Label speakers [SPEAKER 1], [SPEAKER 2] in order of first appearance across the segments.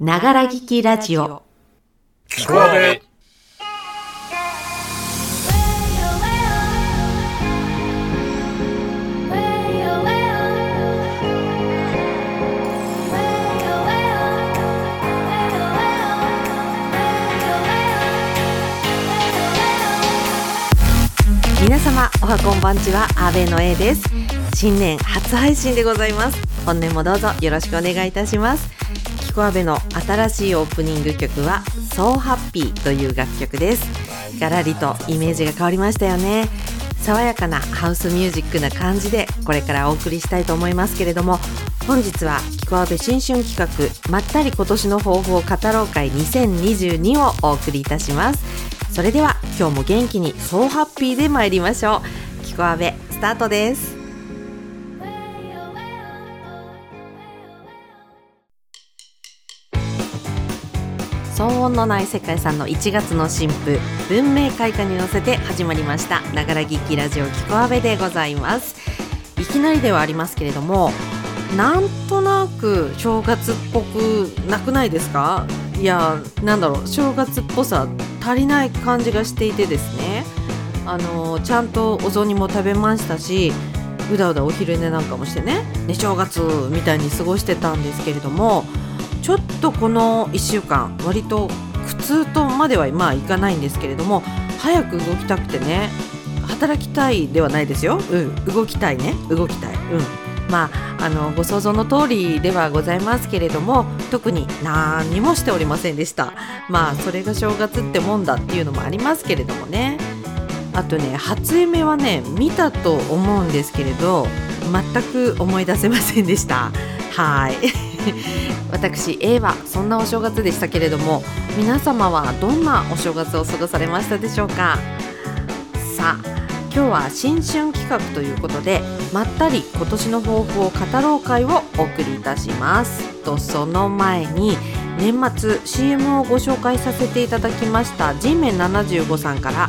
[SPEAKER 1] ながら聞きラジオ。
[SPEAKER 2] 聞こえ
[SPEAKER 1] 皆様、おはこんばんちは、阿部の A です。新年初配信でございます。本年もどうぞよろしくお願いいたします。キコアベの新しいオープニング曲は、So Happy という楽曲です。ガラリとイメージが変わりましたよね。爽やかなハウスミュージックな感じでこれからお送りしたいと思いますけれども本日はキコアベ新春企画まったり今年の抱負を語ろう会2022をお送りいたしますそれでは今日も元気にそうハッピーで参りましょうキコアベスタートです騒音のない世界さんの1月の新婦文明開化に乗せて始まりましたながら聞きラジオキコアベでございますいきなりではありますけれどもなんとなく正月っぽくなくないですかいやなんだろう正月っぽさ足りない感じがしていてですねあのちゃんとお雑煮も食べましたしうだうだお昼寝なんかもしてねね正月みたいに過ごしてたんですけれどもちょっとこの1週間割と苦痛とまではまあいかないんですけれども早く動きたくてね働きたいではないですよ、うん、動きたいね動きたい、うん、まああのご想像の通りではございますけれども特に何にもしておりませんでしたまあそれが正月ってもんだっていうのもありますけれどもねあとね初夢はね見たと思うんですけれど全く思い出せませんでしたはい私 A はそんなお正月でしたけれども皆様はどんなお正月を過ごされましたでしょうかさあ今日は新春企画ということでまったり今年の抱負を語ろう会をお送りいたしますとその前に年末 CM をご紹介させていただきました G メン75さんから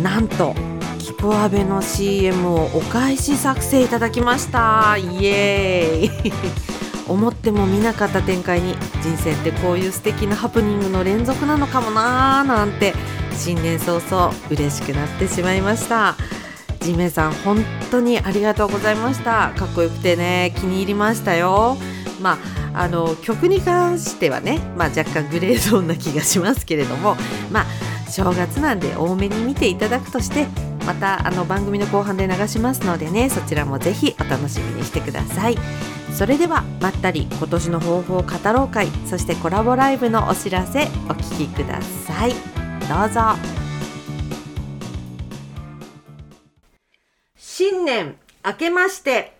[SPEAKER 1] なんとキコアベの CM をお返し作成いただきましたイエーイ思っても見なかった展開に人生ってこういう素敵なハプニングの連続なのかもなーなんて新年早々嬉しくなってしまいましたジメさん本当にありがとうございましたかっこよくてね気に入りましたよまああの曲に関してはね、まあ、若干グレーゾーンな気がしますけれどもまあ正月なんで多めに見ていただくとしてまたあの番組の後半で流しますのでねそちらもぜひお楽しみにしてくださいそれではまったり今年の抱負を語ろう会そしてコラボライブのお知らせお聞きくださいどうぞ新年明けまして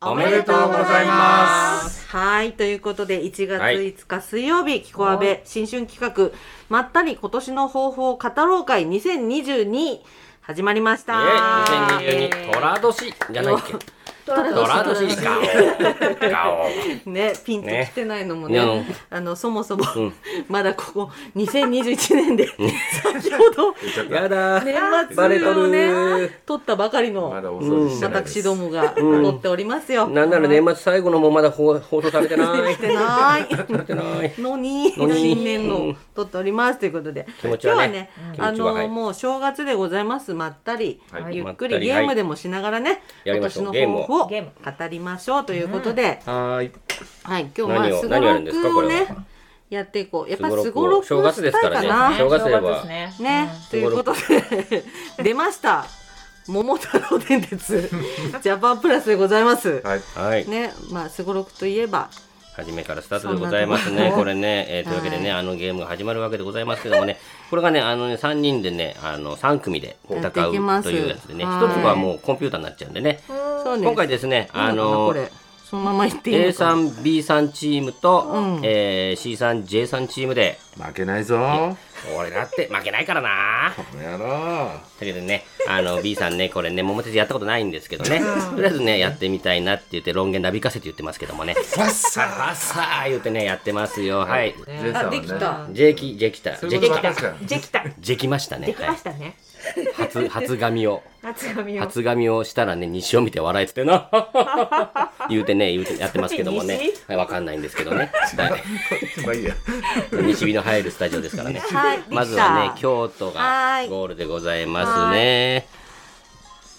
[SPEAKER 2] おめでとうございます
[SPEAKER 1] はいということで1月
[SPEAKER 2] はい
[SPEAKER 1] 5日水曜日きこあべ新春企画まったり今年の抱負を語ろう会2022始まりました
[SPEAKER 2] ーイ
[SPEAKER 1] イエ
[SPEAKER 2] エイ
[SPEAKER 1] ーイ
[SPEAKER 2] 2022虎年じゃないっけ虎
[SPEAKER 1] 虎
[SPEAKER 2] 年
[SPEAKER 1] 年
[SPEAKER 2] ガオガ オ
[SPEAKER 1] ねピンときてないのもね
[SPEAKER 2] ねいや
[SPEAKER 1] あのそもそも、
[SPEAKER 2] うん
[SPEAKER 1] まだここ2021年 で先ほど
[SPEAKER 2] やだ
[SPEAKER 1] 年
[SPEAKER 2] バレ
[SPEAKER 1] 末
[SPEAKER 2] と
[SPEAKER 1] をね
[SPEAKER 2] る
[SPEAKER 1] 撮ったばかりの
[SPEAKER 3] まだお掃除してないです。
[SPEAKER 1] 私どもが
[SPEAKER 2] うん
[SPEAKER 1] 撮っておりますよ、
[SPEAKER 2] なんなら年末最後のもまだ放放送されてない
[SPEAKER 1] して ない
[SPEAKER 2] されてない
[SPEAKER 1] のに
[SPEAKER 2] のに
[SPEAKER 1] 新年の撮っておりますということで
[SPEAKER 2] 気持ち
[SPEAKER 1] 今日
[SPEAKER 2] は
[SPEAKER 1] は
[SPEAKER 2] ね
[SPEAKER 1] ね
[SPEAKER 2] 気
[SPEAKER 1] あ
[SPEAKER 2] 持ちは
[SPEAKER 1] の、
[SPEAKER 2] はい
[SPEAKER 1] もう正月でございますまったり、
[SPEAKER 3] はい
[SPEAKER 1] ゆっく
[SPEAKER 2] まった
[SPEAKER 1] り
[SPEAKER 2] り
[SPEAKER 1] ゲームでもしながらね、
[SPEAKER 2] やりまし
[SPEAKER 1] 私
[SPEAKER 2] ょう
[SPEAKER 1] の
[SPEAKER 2] ゲーム
[SPEAKER 1] 抱負を
[SPEAKER 2] を
[SPEAKER 1] 語
[SPEAKER 4] ゲーム
[SPEAKER 1] りましょうということで、
[SPEAKER 2] はーい
[SPEAKER 1] はい今日
[SPEAKER 2] 何
[SPEAKER 1] は
[SPEAKER 2] を
[SPEAKER 1] すご
[SPEAKER 2] 何をやるん
[SPEAKER 1] ろ
[SPEAKER 2] ですか
[SPEAKER 1] くをね
[SPEAKER 2] これは
[SPEAKER 1] やっていこうやっぱ
[SPEAKER 2] す
[SPEAKER 1] す
[SPEAKER 2] ご
[SPEAKER 1] ご
[SPEAKER 2] ろ
[SPEAKER 1] ろ
[SPEAKER 2] く
[SPEAKER 1] く
[SPEAKER 2] 正月ですか
[SPEAKER 1] し
[SPEAKER 2] らね
[SPEAKER 1] たいな
[SPEAKER 2] 正月では
[SPEAKER 4] ね
[SPEAKER 1] ね、ということで出ました桃太郎電 鉄ジャパンプラスでございます。
[SPEAKER 3] はい。
[SPEAKER 2] はい
[SPEAKER 1] ね、まあすごろくといえば、
[SPEAKER 2] 初めからスタートでございますね、これね、えーというわけでね、あのゲームが始まるわけでございますけどもね、これがね、あのね3人でね、あの3組で戦
[SPEAKER 1] や
[SPEAKER 2] う
[SPEAKER 1] っていきます
[SPEAKER 2] というやつでね、
[SPEAKER 1] はい
[SPEAKER 2] 1つはもうコンピューターになっちゃうんでね、
[SPEAKER 1] そうね、
[SPEAKER 2] 今回ですね、あ
[SPEAKER 1] いいかなこ
[SPEAKER 2] の
[SPEAKER 1] れそのまま言っていいの
[SPEAKER 2] A
[SPEAKER 1] か
[SPEAKER 2] さ
[SPEAKER 1] な。
[SPEAKER 2] ん、B さんチームと、
[SPEAKER 1] うん
[SPEAKER 2] えー、C さん、J さんチームで、
[SPEAKER 3] 負けないぞ。
[SPEAKER 2] 俺だって負けないからな。
[SPEAKER 3] この野
[SPEAKER 2] と
[SPEAKER 3] 郎。
[SPEAKER 2] いうわけでね、あの B さんね、これね、桃鉄やったことないんですけどね、とりあえずね、やってみたいなって言って、論言なびかせて言ってますけどもね、
[SPEAKER 3] わっさ。
[SPEAKER 2] あっさー言ってね、やってますよ、はい。
[SPEAKER 3] ジェイさんはね
[SPEAKER 1] あできた。
[SPEAKER 2] ジェキ、ジェキタ、
[SPEAKER 3] そう
[SPEAKER 2] ジ
[SPEAKER 3] い
[SPEAKER 2] ェ
[SPEAKER 3] うこ
[SPEAKER 2] キ
[SPEAKER 3] と
[SPEAKER 2] タ
[SPEAKER 3] ばっかりですから。
[SPEAKER 4] できたで
[SPEAKER 2] できましたね。
[SPEAKER 4] きましたね
[SPEAKER 2] 初、初髪を。
[SPEAKER 1] 厚紙を。
[SPEAKER 2] 初髪をしたらね、西を見て笑えてて な。言うてね、言うてやってますけどもね
[SPEAKER 1] 西。
[SPEAKER 2] はい、わかんないんですけどね。はい
[SPEAKER 3] まあいいや。
[SPEAKER 2] 西日の入るスタジオですからね。
[SPEAKER 1] はいできた
[SPEAKER 2] まずはね、京都
[SPEAKER 1] は
[SPEAKER 2] が
[SPEAKER 1] い
[SPEAKER 2] ゴールでございますね。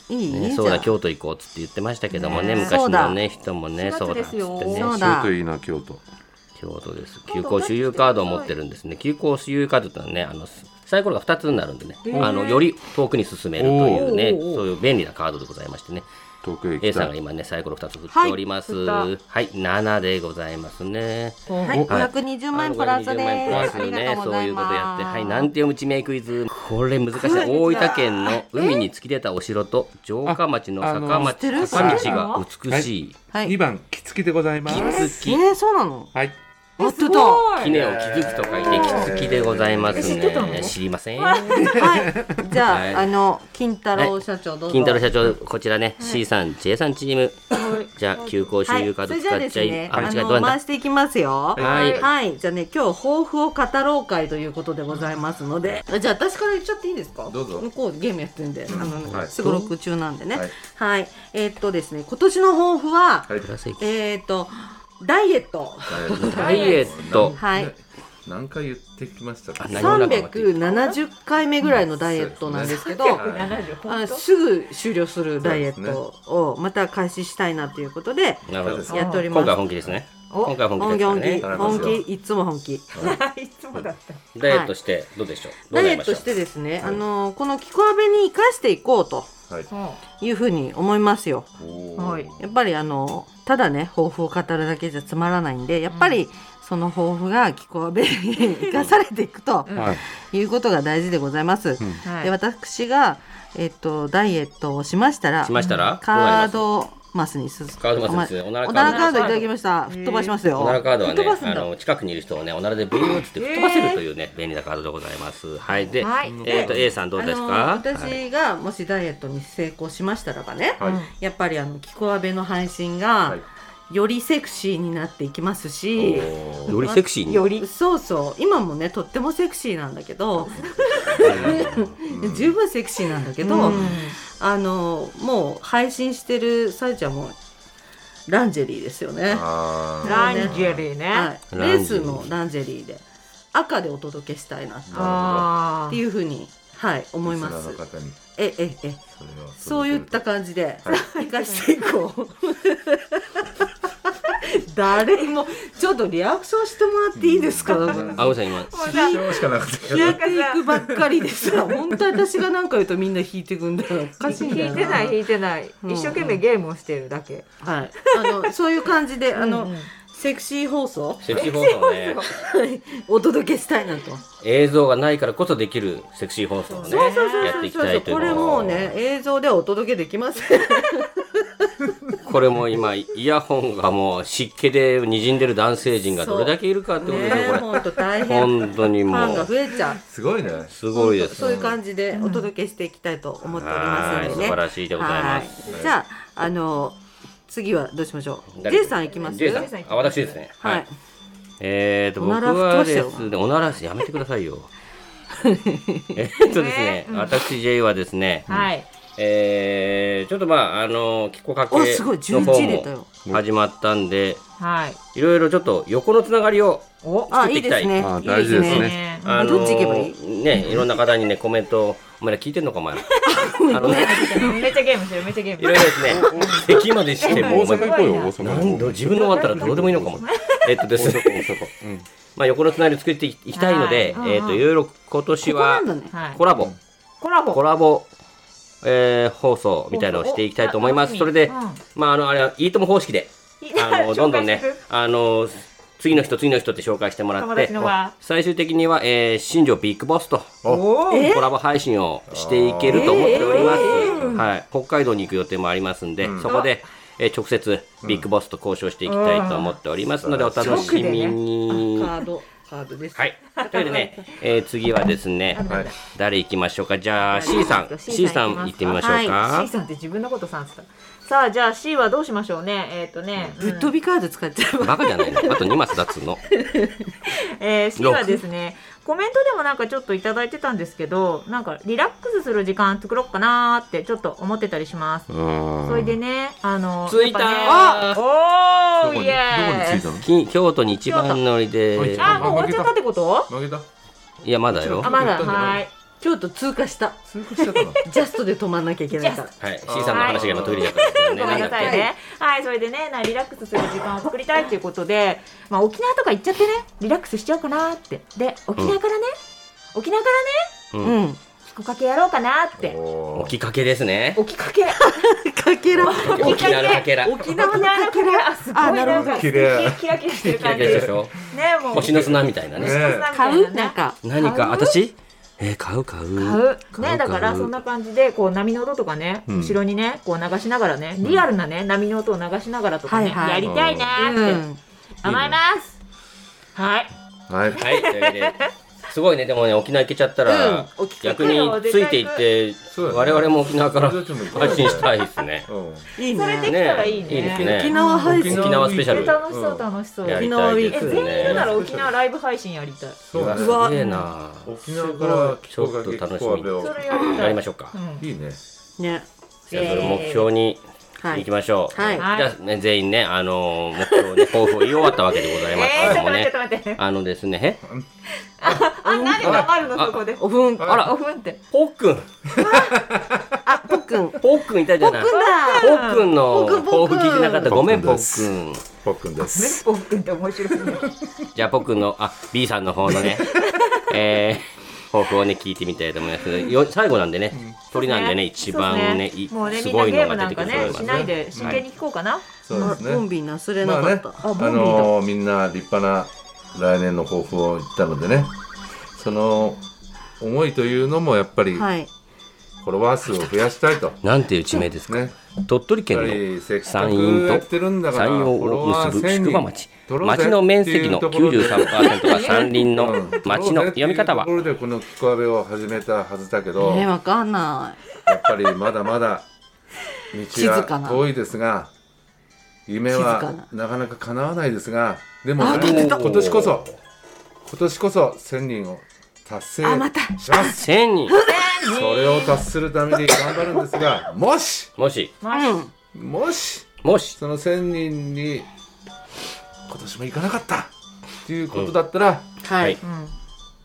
[SPEAKER 1] いい、
[SPEAKER 2] ね
[SPEAKER 1] いいじゃん
[SPEAKER 2] そうだ、京都行こうっつって言ってましたけどもね、
[SPEAKER 1] ね
[SPEAKER 2] 昔
[SPEAKER 1] そうだ
[SPEAKER 2] のね、人もね、
[SPEAKER 4] 4
[SPEAKER 2] そうだっつっ
[SPEAKER 4] 月
[SPEAKER 2] て
[SPEAKER 4] ですよ
[SPEAKER 2] ね。
[SPEAKER 1] そうだ
[SPEAKER 3] 京都いいな、京都。
[SPEAKER 2] 京都です。休校周遊カードを持ってるんですね。休校周遊カードってのはね、あのサイコロが2つになるんでね、あのより遠くに進めるというね、
[SPEAKER 1] おー
[SPEAKER 2] そういう便利なカードでございましてね。
[SPEAKER 3] 遠くへ
[SPEAKER 2] A
[SPEAKER 3] 行き
[SPEAKER 2] さん
[SPEAKER 3] た
[SPEAKER 2] が
[SPEAKER 3] い。
[SPEAKER 2] 今ね、サイコロ2つ振っております。
[SPEAKER 4] は
[SPEAKER 2] はい
[SPEAKER 4] 振
[SPEAKER 2] い、7でございますね。
[SPEAKER 4] はい、
[SPEAKER 3] お
[SPEAKER 4] 五百二十万円プラスです。
[SPEAKER 2] 520万円プラス
[SPEAKER 4] ありが
[SPEAKER 2] ね
[SPEAKER 4] と、うご
[SPEAKER 2] そう
[SPEAKER 4] ざ
[SPEAKER 2] い
[SPEAKER 4] いう
[SPEAKER 2] ことやっ
[SPEAKER 4] ま
[SPEAKER 2] て、
[SPEAKER 4] す。
[SPEAKER 2] はい、なんて読む地名クイズ。これ難しい。大分県の海に突き出たお城と城下町の坂
[SPEAKER 3] ああの
[SPEAKER 2] 町、
[SPEAKER 1] 知って
[SPEAKER 2] 坂
[SPEAKER 1] る
[SPEAKER 2] 道が美しい。
[SPEAKER 1] はい。
[SPEAKER 3] 二番、きつきでございます。
[SPEAKER 2] 木
[SPEAKER 1] え
[SPEAKER 2] 月、
[SPEAKER 1] ー、そうなの
[SPEAKER 3] はい。
[SPEAKER 1] あってた。
[SPEAKER 4] は
[SPEAKER 2] きねを木月と書いて木月でございます
[SPEAKER 4] え知ってたの
[SPEAKER 2] ね。知りません。
[SPEAKER 1] はい。じゃあ、
[SPEAKER 2] はい
[SPEAKER 1] あの、金太郎社長どうぞ。
[SPEAKER 2] 金太郎社長、こちらね、C さん、J さんチーム。じゃあ、休校周遊カード
[SPEAKER 1] はい、それじゃ
[SPEAKER 2] 使
[SPEAKER 1] あ
[SPEAKER 2] っ
[SPEAKER 1] です
[SPEAKER 2] ちゃい
[SPEAKER 1] ね、、
[SPEAKER 2] あ、
[SPEAKER 1] あ
[SPEAKER 2] 間違えた、ど
[SPEAKER 1] の
[SPEAKER 2] う
[SPEAKER 1] 回
[SPEAKER 2] なんだ。
[SPEAKER 1] していきますよ。
[SPEAKER 2] はい
[SPEAKER 1] はい、じゃあね、今日抱負を語ろう会ということでございますので、じゃあ私から言っちゃっていいですか？
[SPEAKER 3] どうぞ
[SPEAKER 1] 向こうゲームやってるんで、あの、
[SPEAKER 3] はい
[SPEAKER 1] すごろく中なんでね。は
[SPEAKER 3] はいい、
[SPEAKER 1] えーっとですね、今年の抱負は、
[SPEAKER 3] はい
[SPEAKER 2] プラスいく
[SPEAKER 1] えーっとダイエット。
[SPEAKER 2] ダイエット。
[SPEAKER 1] はい。
[SPEAKER 3] 何回言ってきましたか
[SPEAKER 2] あ何を
[SPEAKER 1] 三
[SPEAKER 2] 中まで
[SPEAKER 1] 百七十回目ぐらいのダイエットなんですけど、
[SPEAKER 3] はい
[SPEAKER 1] あすぐ終了するダイエットをまた開始したいなということで
[SPEAKER 2] なるほど。
[SPEAKER 1] やっております
[SPEAKER 2] 今回。本気ですね。
[SPEAKER 1] お
[SPEAKER 2] 今回本気ですから
[SPEAKER 1] 本
[SPEAKER 2] ね
[SPEAKER 1] 気、本
[SPEAKER 3] 頼み
[SPEAKER 1] 気、いつも本気。
[SPEAKER 4] い。いつもだった。
[SPEAKER 2] ダイエットして、どうでしょう。ど
[SPEAKER 1] ダ
[SPEAKER 2] う
[SPEAKER 1] イ
[SPEAKER 2] な
[SPEAKER 1] エ
[SPEAKER 2] りま
[SPEAKER 1] ッ
[SPEAKER 2] しょ
[SPEAKER 1] ト
[SPEAKER 2] う
[SPEAKER 1] してですね、あのーこの気候壁に生かしていこうと
[SPEAKER 3] はい。
[SPEAKER 1] いうふうに思いますよ。
[SPEAKER 3] おー
[SPEAKER 4] はい
[SPEAKER 1] やっぱりあのーただね抱負を語るだけじゃつまらないんでやっぱりその抱負が気候壁に生かされていくと
[SPEAKER 3] はい。
[SPEAKER 1] いうことが大事でございます。
[SPEAKER 4] は
[SPEAKER 1] で私がえっとダイエットをしましたら
[SPEAKER 2] しましたらどうな
[SPEAKER 1] カー
[SPEAKER 2] ります
[SPEAKER 1] ドマスにすす
[SPEAKER 2] カードマスですね
[SPEAKER 1] お
[SPEAKER 2] お
[SPEAKER 1] な
[SPEAKER 2] なら
[SPEAKER 1] ら
[SPEAKER 2] カ
[SPEAKER 1] カー
[SPEAKER 2] ード
[SPEAKER 1] ドいただきました。吹っ飛ばしますよ。
[SPEAKER 2] おならカードは
[SPEAKER 1] 吹っ
[SPEAKER 2] ね
[SPEAKER 1] 飛ばす、ん
[SPEAKER 2] あ
[SPEAKER 1] だ
[SPEAKER 2] の近くにいる人をね、おならでブーって吹っ飛ばせるというね、便利なカードでございます。はい、で、
[SPEAKER 4] はい
[SPEAKER 2] えっと、A さんどうです
[SPEAKER 1] あ
[SPEAKER 2] か。
[SPEAKER 1] の私がもしダイエットに成功しましたらばね、
[SPEAKER 3] はい。
[SPEAKER 1] やっぱりあのキコアベの配信が
[SPEAKER 3] はい
[SPEAKER 1] よりセクシーになっていきますし、
[SPEAKER 2] おーよりセクシーに。
[SPEAKER 1] りそうそう今もねとってもセクシーなんだけど、十分セクシーなんだけど、あのもう配信してるさえちゃんもランジェリーですよね。
[SPEAKER 3] あー
[SPEAKER 4] ランジェリー
[SPEAKER 1] は
[SPEAKER 4] ね。
[SPEAKER 1] い、
[SPEAKER 2] ラ
[SPEAKER 1] レ
[SPEAKER 2] ンジェ
[SPEAKER 1] ース
[SPEAKER 2] リー
[SPEAKER 1] のランジェリーで赤でお届けしたいなって
[SPEAKER 4] あ
[SPEAKER 1] いうふうに、はい、思いま
[SPEAKER 3] リス
[SPEAKER 1] す
[SPEAKER 3] ナー。の方に
[SPEAKER 1] えええ
[SPEAKER 3] それは
[SPEAKER 1] そういった感じで生かしていこう。 誰にもちょっとリアクションしてもらっていいですか。聞
[SPEAKER 2] あ、ごめんなさい、今。
[SPEAKER 4] あ。
[SPEAKER 3] 緊張しかなかったけど
[SPEAKER 1] いていくばっかりでさ、本当私が何か言うとみんな引いてくんだよ。おかしいんだよ
[SPEAKER 4] 引いてない
[SPEAKER 1] な。
[SPEAKER 4] 引いてない。一生懸命ゲームをしてるだけ。
[SPEAKER 1] はい。あのそういう感じであの、
[SPEAKER 4] うんうん
[SPEAKER 1] セクシー放送
[SPEAKER 2] セクシー放送ね。
[SPEAKER 1] お届けしたいなと。
[SPEAKER 2] 映像がないからこそできるセクシー放送をね
[SPEAKER 1] そうそうそう
[SPEAKER 2] やって
[SPEAKER 1] そう
[SPEAKER 2] いきた
[SPEAKER 1] そう
[SPEAKER 2] いという
[SPEAKER 1] これもうね映像ではお届けできません。
[SPEAKER 2] これも今イヤホンがもう湿気で滲んでる男性陣がどれだけいるかってことです
[SPEAKER 1] ね
[SPEAKER 2] よこ
[SPEAKER 1] 本当大
[SPEAKER 2] れ
[SPEAKER 1] 変。フ
[SPEAKER 2] 本当に
[SPEAKER 1] ァン
[SPEAKER 2] も
[SPEAKER 1] が
[SPEAKER 2] う
[SPEAKER 1] 増えちゃう。
[SPEAKER 3] すごいね。
[SPEAKER 2] すごいです
[SPEAKER 1] そういう感じでお届けしていきたいと思っておりますのでね。
[SPEAKER 2] はい素晴らしいでございます
[SPEAKER 1] はい。じゃあ、あの、次はどうしましょう。
[SPEAKER 2] 誰
[SPEAKER 1] J さんいきます。
[SPEAKER 2] J さ
[SPEAKER 4] さん
[SPEAKER 2] んあ私ですね
[SPEAKER 1] は
[SPEAKER 2] はいい。えーと
[SPEAKER 1] おな
[SPEAKER 2] 僕
[SPEAKER 1] ら
[SPEAKER 2] は
[SPEAKER 1] 太
[SPEAKER 2] で
[SPEAKER 1] っちゃう
[SPEAKER 2] すねおならしやめてくださ いよえーっとですね私 J はですね
[SPEAKER 4] はい。
[SPEAKER 2] えーちょっとまああの気候かけ
[SPEAKER 1] おすごい
[SPEAKER 2] の
[SPEAKER 1] 11入れたよ
[SPEAKER 2] 方も始まったんで
[SPEAKER 4] はい。
[SPEAKER 2] いろいろちょっと横のつながりを
[SPEAKER 4] お。
[SPEAKER 1] あ、
[SPEAKER 2] 作
[SPEAKER 1] い
[SPEAKER 2] っ
[SPEAKER 1] い
[SPEAKER 2] て
[SPEAKER 1] で
[SPEAKER 2] いきたい
[SPEAKER 1] すね。
[SPEAKER 3] あ
[SPEAKER 1] いい
[SPEAKER 3] 大事
[SPEAKER 1] で
[SPEAKER 3] ですす
[SPEAKER 1] ね。
[SPEAKER 3] ね。
[SPEAKER 4] ね
[SPEAKER 2] あのー
[SPEAKER 1] どっち行けばい
[SPEAKER 2] ね、いろんな方にね、コメントを、お前ら聞いてんのか、お前ら。あの、い
[SPEAKER 4] めっちゃゲームしてるめっちゃゲー
[SPEAKER 2] ろいろ
[SPEAKER 4] ム。
[SPEAKER 2] ですね、咳までしても、
[SPEAKER 3] 大
[SPEAKER 2] お前
[SPEAKER 3] 阪行こうよ、大阪。
[SPEAKER 2] なんだ、自分の終わったらどうでもいいのかも。えっとで
[SPEAKER 3] 大
[SPEAKER 2] す
[SPEAKER 3] 阪、
[SPEAKER 2] ね、
[SPEAKER 3] 大阪。うん。
[SPEAKER 2] まあ、横のつながりを作っていきたいので、
[SPEAKER 4] はい
[SPEAKER 2] えっと、いろいろ今年は
[SPEAKER 1] ここなんだね
[SPEAKER 4] はい
[SPEAKER 2] コラボ、
[SPEAKER 4] コラボ。
[SPEAKER 2] コラボ、えー放送みたいなのをしていきたいと思います。
[SPEAKER 4] お
[SPEAKER 2] それで
[SPEAKER 4] うん、
[SPEAKER 2] まあ、あの、あれは、いいとも方式 で、あの、どんどんね
[SPEAKER 4] 紹介して、
[SPEAKER 2] あの、次の人、次の人って紹介してもら
[SPEAKER 4] 友
[SPEAKER 2] っ
[SPEAKER 4] 達
[SPEAKER 2] て
[SPEAKER 4] の、輪。
[SPEAKER 2] 最終的には、えー新庄ビッグボスと。
[SPEAKER 4] おー
[SPEAKER 2] コラボ配信をしていけると思っております、はい、北海道に行く予定もありますんで、そこで、えー直接ビッグボスと交渉していきたいと思っておりますので、
[SPEAKER 3] うん
[SPEAKER 2] お楽しみに、
[SPEAKER 1] カード、カードです。
[SPEAKER 2] はいというわけでね、えー次はですね
[SPEAKER 3] はい。
[SPEAKER 2] 誰行きましょうかじゃあ C さん C さん行ってみましょうか、
[SPEAKER 4] C さんって自分のことさんって言った。さあじゃあ C はどうしましょうねえっ、とね、
[SPEAKER 1] ぶっ飛びカード使っちゃう
[SPEAKER 2] バカじゃないのあと2マスだっつうの。
[SPEAKER 4] えー、C はですねコメントでもなんかちょっといただいてたんですけどなんかリラックスする時間作ろうかなーってちょっと思ってたりします
[SPEAKER 2] うーん
[SPEAKER 4] それでねあの
[SPEAKER 2] 着いたー
[SPEAKER 4] やっぱねおー
[SPEAKER 3] に
[SPEAKER 4] イ
[SPEAKER 3] どこ
[SPEAKER 4] エ
[SPEAKER 3] につ
[SPEAKER 4] ーイ
[SPEAKER 3] いたの
[SPEAKER 2] き京都に一番乗りで
[SPEAKER 3] 京都
[SPEAKER 4] あもう終わっちゃったってこと
[SPEAKER 3] 負けた
[SPEAKER 2] いやまだよ
[SPEAKER 4] あまだ
[SPEAKER 3] 京都行ったんじゃな
[SPEAKER 4] はいい
[SPEAKER 1] 京都通過した
[SPEAKER 3] 通過しち ゃったの
[SPEAKER 1] ジャストで止まんなきゃいけないから
[SPEAKER 2] はい C さんの話が今トイレだったんですけどね
[SPEAKER 4] ごめん
[SPEAKER 2] な
[SPEAKER 4] なん
[SPEAKER 2] だっ
[SPEAKER 4] さい
[SPEAKER 2] け
[SPEAKER 4] ね。はい、それでね、なリラックスする時間を作りたいということで、まあ沖縄とか行っちゃってね、リラックスしちゃおうかなって。で、沖縄からね、沖縄からね、
[SPEAKER 2] うん
[SPEAKER 1] うん
[SPEAKER 4] きっかけやろうかなって。
[SPEAKER 3] お
[SPEAKER 2] お
[SPEAKER 3] ー
[SPEAKER 2] きっかけですね
[SPEAKER 4] おきっかけ。
[SPEAKER 1] かけら
[SPEAKER 2] 沖縄のかけら
[SPEAKER 1] 沖縄のかけ
[SPEAKER 4] 沖縄の
[SPEAKER 1] ら
[SPEAKER 4] かけ ら
[SPEAKER 1] あなるほど
[SPEAKER 4] なんか
[SPEAKER 3] 綺麗
[SPEAKER 4] キラキラしてる
[SPEAKER 2] キラ
[SPEAKER 4] 感
[SPEAKER 2] キ
[SPEAKER 4] じ。
[SPEAKER 2] ラしてる
[SPEAKER 4] ね
[SPEAKER 2] でしょ
[SPEAKER 4] もう。
[SPEAKER 2] 星の砂みたいなね
[SPEAKER 3] ね
[SPEAKER 1] 買うなん。か
[SPEAKER 2] 何か
[SPEAKER 4] 買う
[SPEAKER 2] 私えー買う買う
[SPEAKER 4] 買う
[SPEAKER 2] 買
[SPEAKER 4] ね、
[SPEAKER 2] う
[SPEAKER 4] だからそんな感じでこう波の音とかね、
[SPEAKER 3] うん
[SPEAKER 4] 後ろにねこう流しながらねリアルなね波の音を流しながらとかね、
[SPEAKER 1] はいはい
[SPEAKER 4] やりたいな
[SPEAKER 1] う
[SPEAKER 4] ーって
[SPEAKER 1] ん
[SPEAKER 4] 思います、はい
[SPEAKER 3] は
[SPEAKER 2] は
[SPEAKER 3] い
[SPEAKER 2] いというわけですごいねでもね沖縄行けちゃったら
[SPEAKER 1] うん沖縄
[SPEAKER 2] 逆についていって
[SPEAKER 3] そうだ
[SPEAKER 2] 我
[SPEAKER 3] ね
[SPEAKER 2] 々も沖縄から
[SPEAKER 3] それはちょっと行こう
[SPEAKER 2] 発信したいですね
[SPEAKER 3] うん
[SPEAKER 1] いい
[SPEAKER 4] それでき
[SPEAKER 1] ね
[SPEAKER 4] たらいいね
[SPEAKER 2] ねいいですね
[SPEAKER 1] 沖縄配
[SPEAKER 2] 沖
[SPEAKER 1] 信
[SPEAKER 2] 縄スペシャル
[SPEAKER 4] え楽しそう楽しそう、
[SPEAKER 2] や
[SPEAKER 1] り
[SPEAKER 2] り
[SPEAKER 1] た
[SPEAKER 2] た
[SPEAKER 1] い
[SPEAKER 2] い
[SPEAKER 1] で
[SPEAKER 4] え
[SPEAKER 1] す
[SPEAKER 2] です
[SPEAKER 4] 全
[SPEAKER 2] ね
[SPEAKER 4] 員いるなら沖縄ライブ配信やりたい。
[SPEAKER 3] そうだね
[SPEAKER 1] うわ
[SPEAKER 2] すげえな
[SPEAKER 3] 沖縄から気候が
[SPEAKER 2] ちょっと楽しみ
[SPEAKER 3] 気候壁を
[SPEAKER 4] それやりた
[SPEAKER 2] や
[SPEAKER 4] い。
[SPEAKER 2] りましょうか
[SPEAKER 4] うん
[SPEAKER 3] いいね
[SPEAKER 1] ね
[SPEAKER 2] じゃあそれ目標に
[SPEAKER 1] はい
[SPEAKER 2] 行きましょう
[SPEAKER 1] はい
[SPEAKER 2] じ
[SPEAKER 4] はい
[SPEAKER 2] ゃあね全員ねあのー目標 をね抱負を言い終わったわけでございますけ
[SPEAKER 4] えー、
[SPEAKER 2] れ
[SPEAKER 4] ちょ
[SPEAKER 2] ども
[SPEAKER 4] っと待
[SPEAKER 2] ね
[SPEAKER 4] って、ちょっと待って。
[SPEAKER 2] あのですねえ
[SPEAKER 4] あ、何があるの、そ こで。
[SPEAKER 1] おふん
[SPEAKER 2] あら
[SPEAKER 4] おふんって。
[SPEAKER 2] ポックン
[SPEAKER 1] あぽっくんぽっ
[SPEAKER 2] ポックンいたじゃない
[SPEAKER 1] くんだ
[SPEAKER 2] ポックン
[SPEAKER 1] ポ
[SPEAKER 2] の
[SPEAKER 1] ックン
[SPEAKER 2] 抱負聞いてなかったごめん
[SPEAKER 3] ポ
[SPEAKER 2] ポ
[SPEAKER 3] ック
[SPEAKER 2] ックン
[SPEAKER 3] ポックンです
[SPEAKER 4] おふんって面白いね。
[SPEAKER 2] じゃあポックンのあ B さんの方の ねえー抱負をね聞いてみたいと思いますよ最後なんでね鳥なんでね一番ね
[SPEAKER 4] そうで
[SPEAKER 2] い
[SPEAKER 4] すもうね、
[SPEAKER 2] す
[SPEAKER 4] みんな
[SPEAKER 2] ごい
[SPEAKER 4] ゲ
[SPEAKER 2] の
[SPEAKER 4] ーム
[SPEAKER 2] が
[SPEAKER 4] なん
[SPEAKER 2] 出て
[SPEAKER 4] か
[SPEAKER 2] くると
[SPEAKER 4] ね、
[SPEAKER 2] 思
[SPEAKER 4] し
[SPEAKER 2] い
[SPEAKER 4] な
[SPEAKER 2] ま
[SPEAKER 4] い
[SPEAKER 2] す
[SPEAKER 4] で真剣に聞こうかな。
[SPEAKER 3] そうです
[SPEAKER 1] あボン
[SPEAKER 3] ね
[SPEAKER 1] ビー忘れな
[SPEAKER 3] まあ
[SPEAKER 1] か
[SPEAKER 3] ね
[SPEAKER 1] った、
[SPEAKER 3] あ
[SPEAKER 1] あボンビー
[SPEAKER 3] のーみんな立派な来年の抱負を言ったのでねその思いというのもやっぱり
[SPEAKER 1] だ
[SPEAKER 3] フ
[SPEAKER 1] はい
[SPEAKER 3] ォロワー数を増やしたいと
[SPEAKER 2] なんていう地名ですか
[SPEAKER 3] ね
[SPEAKER 2] 鳥取
[SPEAKER 3] やっ
[SPEAKER 2] 県
[SPEAKER 3] ぱ
[SPEAKER 2] の
[SPEAKER 3] りせっか
[SPEAKER 2] 山
[SPEAKER 3] くや
[SPEAKER 2] 陰
[SPEAKER 3] っ
[SPEAKER 2] と
[SPEAKER 3] てるんだから
[SPEAKER 2] 山
[SPEAKER 3] フ
[SPEAKER 2] 陽
[SPEAKER 3] ォロ
[SPEAKER 2] を
[SPEAKER 3] ワー
[SPEAKER 2] 結ぶ
[SPEAKER 3] 1000
[SPEAKER 2] 宿場
[SPEAKER 3] 人
[SPEAKER 2] 町
[SPEAKER 3] 取ろうぜ
[SPEAKER 2] 町の面積の
[SPEAKER 3] っていうところで
[SPEAKER 2] 93%が山林の町の読み方は
[SPEAKER 3] ところでこの聞こえを始めたはずだけど、
[SPEAKER 1] えー、
[SPEAKER 3] やっ
[SPEAKER 1] わかんない
[SPEAKER 3] ぱりまだまだ道
[SPEAKER 1] 静か
[SPEAKER 3] は
[SPEAKER 1] な
[SPEAKER 3] 遠いですが、夢
[SPEAKER 1] 静か
[SPEAKER 3] はなかなか叶わないですが、でも
[SPEAKER 1] あ
[SPEAKER 3] 来年
[SPEAKER 2] 出た
[SPEAKER 3] 今年こそ今年こそ1000人を達成
[SPEAKER 1] あまた
[SPEAKER 3] します。
[SPEAKER 2] 1000人
[SPEAKER 3] それを達するために頑張るんです が、もし
[SPEAKER 2] もし
[SPEAKER 1] うん
[SPEAKER 3] もし
[SPEAKER 2] もし
[SPEAKER 3] その1000人に今年も行かなかったっていうことだったら、
[SPEAKER 1] は
[SPEAKER 2] はいい
[SPEAKER 4] うん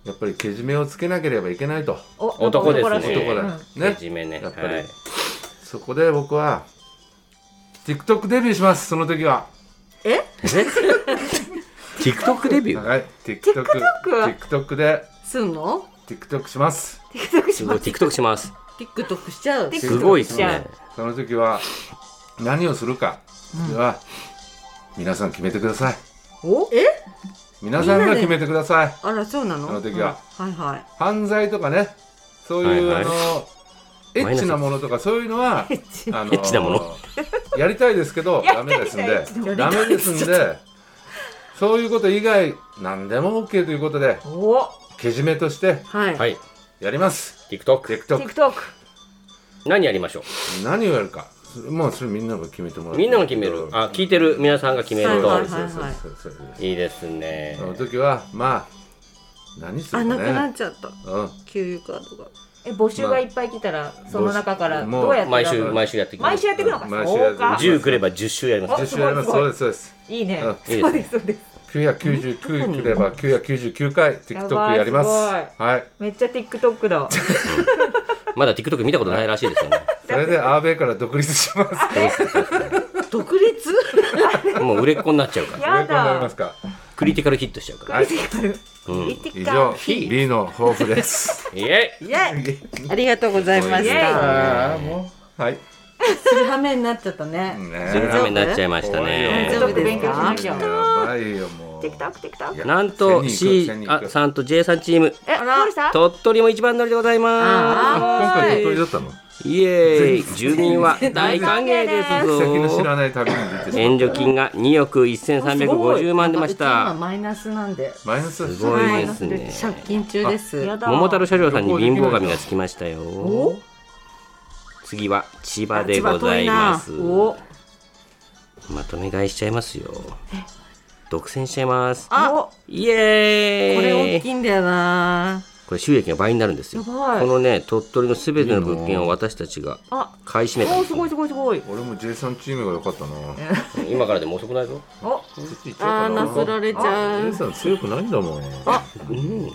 [SPEAKER 3] やっぱりけじめをつけなければいけないと
[SPEAKER 4] お
[SPEAKER 2] 男ですね
[SPEAKER 4] らしい
[SPEAKER 3] 男だ、
[SPEAKER 4] うん
[SPEAKER 2] ね
[SPEAKER 3] ね
[SPEAKER 2] じめね
[SPEAKER 3] やっぱり
[SPEAKER 2] はい
[SPEAKER 3] そこで僕は TikTok デビューしますその時は
[SPEAKER 2] TikTok デビュー
[SPEAKER 3] はい TikTok, TikTok で
[SPEAKER 1] すんの
[SPEAKER 3] TikTok します
[SPEAKER 2] すごい TikTok します
[SPEAKER 1] TikTok しちゃう
[SPEAKER 4] TikTok
[SPEAKER 2] すごいですね
[SPEAKER 3] その時は何をするかそれは皆さん決めてください
[SPEAKER 4] お
[SPEAKER 1] え
[SPEAKER 3] 皆さんが決めてください
[SPEAKER 1] あらそうなの
[SPEAKER 3] その時は
[SPEAKER 1] うんはいはい
[SPEAKER 3] 犯罪とかねそういう、
[SPEAKER 2] はいはい
[SPEAKER 3] あのエッチなものとかそういうのはあの
[SPEAKER 2] エッチなもの
[SPEAKER 3] やりたいですけど
[SPEAKER 4] や
[SPEAKER 3] ダ
[SPEAKER 4] り
[SPEAKER 3] メ
[SPEAKER 4] たい
[SPEAKER 3] で
[SPEAKER 4] ですす
[SPEAKER 3] ん
[SPEAKER 4] ね
[SPEAKER 3] でダメですんでそういうこと以外何でも OK ということで
[SPEAKER 4] お
[SPEAKER 3] けじめとして
[SPEAKER 1] はい、
[SPEAKER 2] はい
[SPEAKER 3] やります
[SPEAKER 2] TikTok
[SPEAKER 3] TikTok
[SPEAKER 4] TikTok
[SPEAKER 2] 何やりましょ
[SPEAKER 3] 何をやるかそれまあそれみんなが決めてもら
[SPEAKER 2] う
[SPEAKER 3] う
[SPEAKER 2] みんなが決めるあ聞いてる皆さんが決め
[SPEAKER 1] は
[SPEAKER 2] る
[SPEAKER 1] い
[SPEAKER 2] と
[SPEAKER 1] はい
[SPEAKER 3] そうそうそうそうそう
[SPEAKER 2] いいですね
[SPEAKER 3] その時はまあ何す
[SPEAKER 1] あ
[SPEAKER 3] るか
[SPEAKER 1] なくなっ
[SPEAKER 3] ね
[SPEAKER 1] ちゃった
[SPEAKER 3] うん
[SPEAKER 1] 給油カードが
[SPEAKER 4] え募集がいっぱい来たらその中から
[SPEAKER 3] もう
[SPEAKER 4] どうやって
[SPEAKER 2] 毎
[SPEAKER 4] 選
[SPEAKER 2] 週
[SPEAKER 4] ぶ
[SPEAKER 2] 毎週やっていきま
[SPEAKER 4] 毎
[SPEAKER 2] す
[SPEAKER 4] 週やっていくのか
[SPEAKER 3] 毎週や
[SPEAKER 4] そ
[SPEAKER 3] る
[SPEAKER 4] うか
[SPEAKER 2] 10くれば10週やります
[SPEAKER 4] お
[SPEAKER 3] 実習やります
[SPEAKER 4] すご
[SPEAKER 3] そ
[SPEAKER 4] いう
[SPEAKER 3] ですそうです
[SPEAKER 4] いいね
[SPEAKER 3] う
[SPEAKER 2] い
[SPEAKER 3] ん
[SPEAKER 2] いですね
[SPEAKER 4] そうですそうです
[SPEAKER 3] 999くれば999回
[SPEAKER 4] やば
[SPEAKER 3] TikTok
[SPEAKER 4] い
[SPEAKER 3] やります
[SPEAKER 4] す
[SPEAKER 3] はい
[SPEAKER 4] めっちゃ TikTok だ
[SPEAKER 2] まだ TikTok 見たことないらしいです よね
[SPEAKER 3] それでアーベイから独立します
[SPEAKER 1] 独立
[SPEAKER 2] もう売れっ子になっちゃうから
[SPEAKER 4] や
[SPEAKER 3] こうなりま
[SPEAKER 4] だ
[SPEAKER 3] すか
[SPEAKER 2] クリティカルヒットしちゃうから
[SPEAKER 3] はい
[SPEAKER 2] うん
[SPEAKER 3] 以上 B の抱負です
[SPEAKER 2] イエイ
[SPEAKER 1] イエイありがとうございまし
[SPEAKER 4] イエイ
[SPEAKER 1] た
[SPEAKER 3] ああもうはい
[SPEAKER 1] する羽目になっちゃったね
[SPEAKER 2] するためになっちゃいました
[SPEAKER 1] 大
[SPEAKER 2] ね
[SPEAKER 1] 丈夫ですか
[SPEAKER 4] 大丈夫です
[SPEAKER 3] やばいよもう
[SPEAKER 4] TikTokTikTok
[SPEAKER 2] なんと
[SPEAKER 3] 千
[SPEAKER 2] C
[SPEAKER 3] 人いく
[SPEAKER 2] あさんと J さんチーム
[SPEAKER 4] えどうでした
[SPEAKER 2] 鳥取も一番乗りでござい
[SPEAKER 1] あ
[SPEAKER 2] ま
[SPEAKER 3] 今回鳥取だったの
[SPEAKER 2] すイエイ住民は大歓迎です
[SPEAKER 3] 先の知
[SPEAKER 2] ぞ
[SPEAKER 3] らない旅に出てしま
[SPEAKER 2] 援助金が2億1350万出まし
[SPEAKER 1] うち今
[SPEAKER 2] た
[SPEAKER 1] マイナスなんで
[SPEAKER 3] うマイナス
[SPEAKER 2] すごいですね
[SPEAKER 1] 借金中です
[SPEAKER 4] やだ
[SPEAKER 2] 桃太郎車両さんに貧乏神がつきましたよ次は千葉でございますまとめ買いしちゃいますよ独占しちゃいます
[SPEAKER 1] あ
[SPEAKER 2] イエーイ
[SPEAKER 1] これ大きいんだよな
[SPEAKER 2] これ収益が倍になるんですよ
[SPEAKER 4] やばい
[SPEAKER 2] このね鳥取のすべての物件を私たちが
[SPEAKER 4] あ
[SPEAKER 2] 買い占めたん
[SPEAKER 4] お
[SPEAKER 2] です
[SPEAKER 4] ーす
[SPEAKER 2] よ
[SPEAKER 4] ごいすごいすごい
[SPEAKER 3] 俺も J3 チームが良かったな
[SPEAKER 2] 今からでも遅くないぞ
[SPEAKER 4] お
[SPEAKER 3] そっち行っちゃ
[SPEAKER 1] あ
[SPEAKER 3] う
[SPEAKER 1] ー
[SPEAKER 3] か
[SPEAKER 1] なすられちゃう
[SPEAKER 3] J3 強くないんだもん
[SPEAKER 2] うん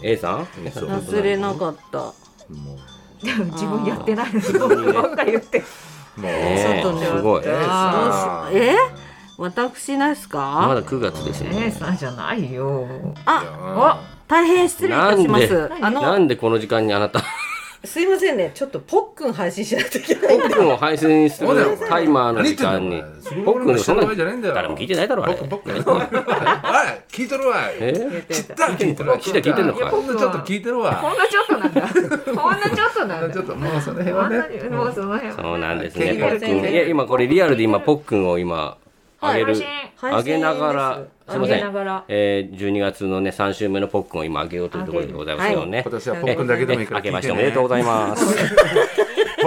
[SPEAKER 2] A さん A さん
[SPEAKER 1] 忘れなかった
[SPEAKER 3] もう
[SPEAKER 4] 自分やってないのに 僕ばっかり言って
[SPEAKER 3] もう
[SPEAKER 2] ねえ
[SPEAKER 1] ちょっとね
[SPEAKER 2] すごい
[SPEAKER 4] えあ
[SPEAKER 1] ーえ私ですか、
[SPEAKER 2] まだ9月です
[SPEAKER 4] 姉
[SPEAKER 2] ね
[SPEAKER 4] さんじゃないよ
[SPEAKER 1] あ大変失礼いたしますあ
[SPEAKER 2] な
[SPEAKER 1] の
[SPEAKER 2] んでこの時間にあなた
[SPEAKER 1] すいませんねちょっとポックン配信しないといけない
[SPEAKER 2] ポックンを配信するタイマーの時間に
[SPEAKER 3] 何言ってんの
[SPEAKER 2] ポックンそんな
[SPEAKER 3] そんなの知らないじゃないんだよ
[SPEAKER 2] 誰も聞いてないだろあれ
[SPEAKER 3] 僕僕おい聞いとるわい
[SPEAKER 2] え
[SPEAKER 4] 言って
[SPEAKER 3] 知ったた聞いてるわ
[SPEAKER 2] 知った聞いてんのかい
[SPEAKER 3] やほんのちょっと聞いてる
[SPEAKER 4] こ
[SPEAKER 3] わ
[SPEAKER 4] んなちょっとなんだこんなちょっとなんだ
[SPEAKER 3] ちょっともうその辺
[SPEAKER 4] あ
[SPEAKER 3] は
[SPEAKER 4] んなに
[SPEAKER 3] ね
[SPEAKER 4] もうその辺
[SPEAKER 2] そう
[SPEAKER 4] は
[SPEAKER 2] なんですね
[SPEAKER 3] 気に
[SPEAKER 2] ポ
[SPEAKER 3] な
[SPEAKER 2] ッ
[SPEAKER 3] る
[SPEAKER 2] クンいや今これリアルで今ポックンを今
[SPEAKER 1] は
[SPEAKER 2] 上
[SPEAKER 1] い
[SPEAKER 2] げる
[SPEAKER 4] 配
[SPEAKER 1] 信
[SPEAKER 2] 上げながらすいま
[SPEAKER 4] 上
[SPEAKER 2] せ
[SPEAKER 4] げなんがら
[SPEAKER 2] えー12月のね3週目のポックンを今上げようというところでございますよね
[SPEAKER 3] 今年はポックンだけでもいいから
[SPEAKER 2] 明け
[SPEAKER 3] 聞い
[SPEAKER 2] ましてておめで
[SPEAKER 3] ね
[SPEAKER 2] とうございます
[SPEAKER 3] 他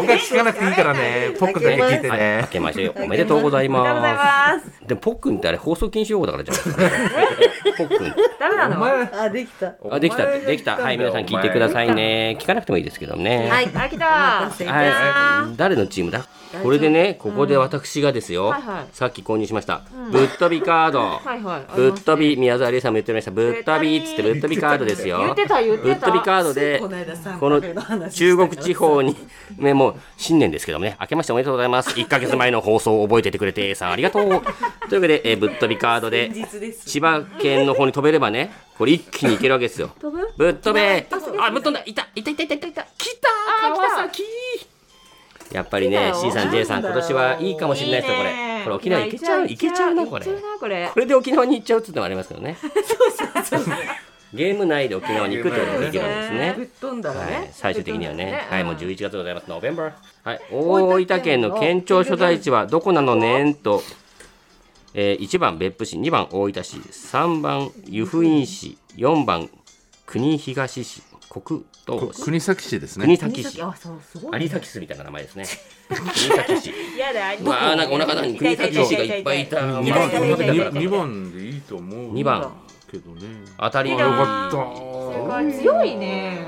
[SPEAKER 3] 聞かなくていいからねポックンだけ聞いて
[SPEAKER 2] はい明
[SPEAKER 3] ね
[SPEAKER 2] けましておめでとうござい
[SPEAKER 4] おめでとうござ
[SPEAKER 2] ま
[SPEAKER 4] います
[SPEAKER 2] すでもポックンってあれ放送禁止用語だからじゃんポックン
[SPEAKER 4] ダメなの
[SPEAKER 3] 前
[SPEAKER 1] あできた
[SPEAKER 2] あできたってできたはい皆さん聞いてくださいね聞かなくてもいいですけどね
[SPEAKER 1] はい
[SPEAKER 4] あ来
[SPEAKER 1] お待
[SPEAKER 4] た
[SPEAKER 1] たせいたしま
[SPEAKER 2] はい
[SPEAKER 1] し
[SPEAKER 4] は
[SPEAKER 2] 誰のチームだこれでねここで私がですよ、
[SPEAKER 4] はいはい
[SPEAKER 2] さっき購入しました、ぶっ飛びカード、
[SPEAKER 4] いはい
[SPEAKER 2] ぶっ飛び宮沢りえさんも言ってましたぶっ飛びっつってぶっ飛びカードですよ
[SPEAKER 4] 言ってた言ってた
[SPEAKER 2] ぶっ飛びカードで
[SPEAKER 1] この間さ
[SPEAKER 2] この
[SPEAKER 1] この話した
[SPEAKER 2] 中国地方にねもう新年ですけどもね明けましておめでとうございます1か月前の放送を覚えててくれて A さんありがとうというわけで、えーぶっ飛びカードで
[SPEAKER 1] 実です
[SPEAKER 2] 千葉県の方に飛べればねこれ一気にいけるわけですよ
[SPEAKER 4] 飛ぶ
[SPEAKER 2] ぶっ飛べあぶっ飛んだいたいたいたいたいたいた来た
[SPEAKER 4] あー来た
[SPEAKER 2] 川崎やっぱりね
[SPEAKER 4] 来た
[SPEAKER 2] C
[SPEAKER 4] よ
[SPEAKER 2] さん J さん今年はいいかもしれないですよこれこれ沖縄行けちゃう行けちゃうなこれ
[SPEAKER 4] 行けちゃうなこれ
[SPEAKER 2] これで沖縄に行っちゃうっていうのもありますけどねゲーム内で沖縄に行くってことができるんです
[SPEAKER 1] ぶっ
[SPEAKER 2] ね
[SPEAKER 1] 飛んだら
[SPEAKER 2] はい
[SPEAKER 1] ね、
[SPEAKER 2] 最終的にはね、はい、もう11月でございます、ノーベンバー。はい、
[SPEAKER 1] 大
[SPEAKER 2] 大
[SPEAKER 1] 分
[SPEAKER 2] 分
[SPEAKER 1] 県
[SPEAKER 2] 県
[SPEAKER 1] の
[SPEAKER 2] の県庁所在地はどこなのねんと、えー、1番別府市、2番大分市、3番湯布院市、4番国東市、国東市、
[SPEAKER 3] 国崎市です
[SPEAKER 2] 国
[SPEAKER 3] ね
[SPEAKER 2] 崎市、
[SPEAKER 4] あそうすごい
[SPEAKER 2] 有崎市みたいな名前ですね。国崎 市。
[SPEAKER 4] やだ有田
[SPEAKER 2] わあ、なんかお腹の中に国崎市がいっぱいいた。
[SPEAKER 3] 2
[SPEAKER 2] お
[SPEAKER 3] 番
[SPEAKER 2] 腹がいっぱいいた
[SPEAKER 3] 二番でいいと思う
[SPEAKER 2] 二番
[SPEAKER 3] けどね
[SPEAKER 2] 当たり
[SPEAKER 3] よ
[SPEAKER 2] が
[SPEAKER 3] かった
[SPEAKER 4] 強いね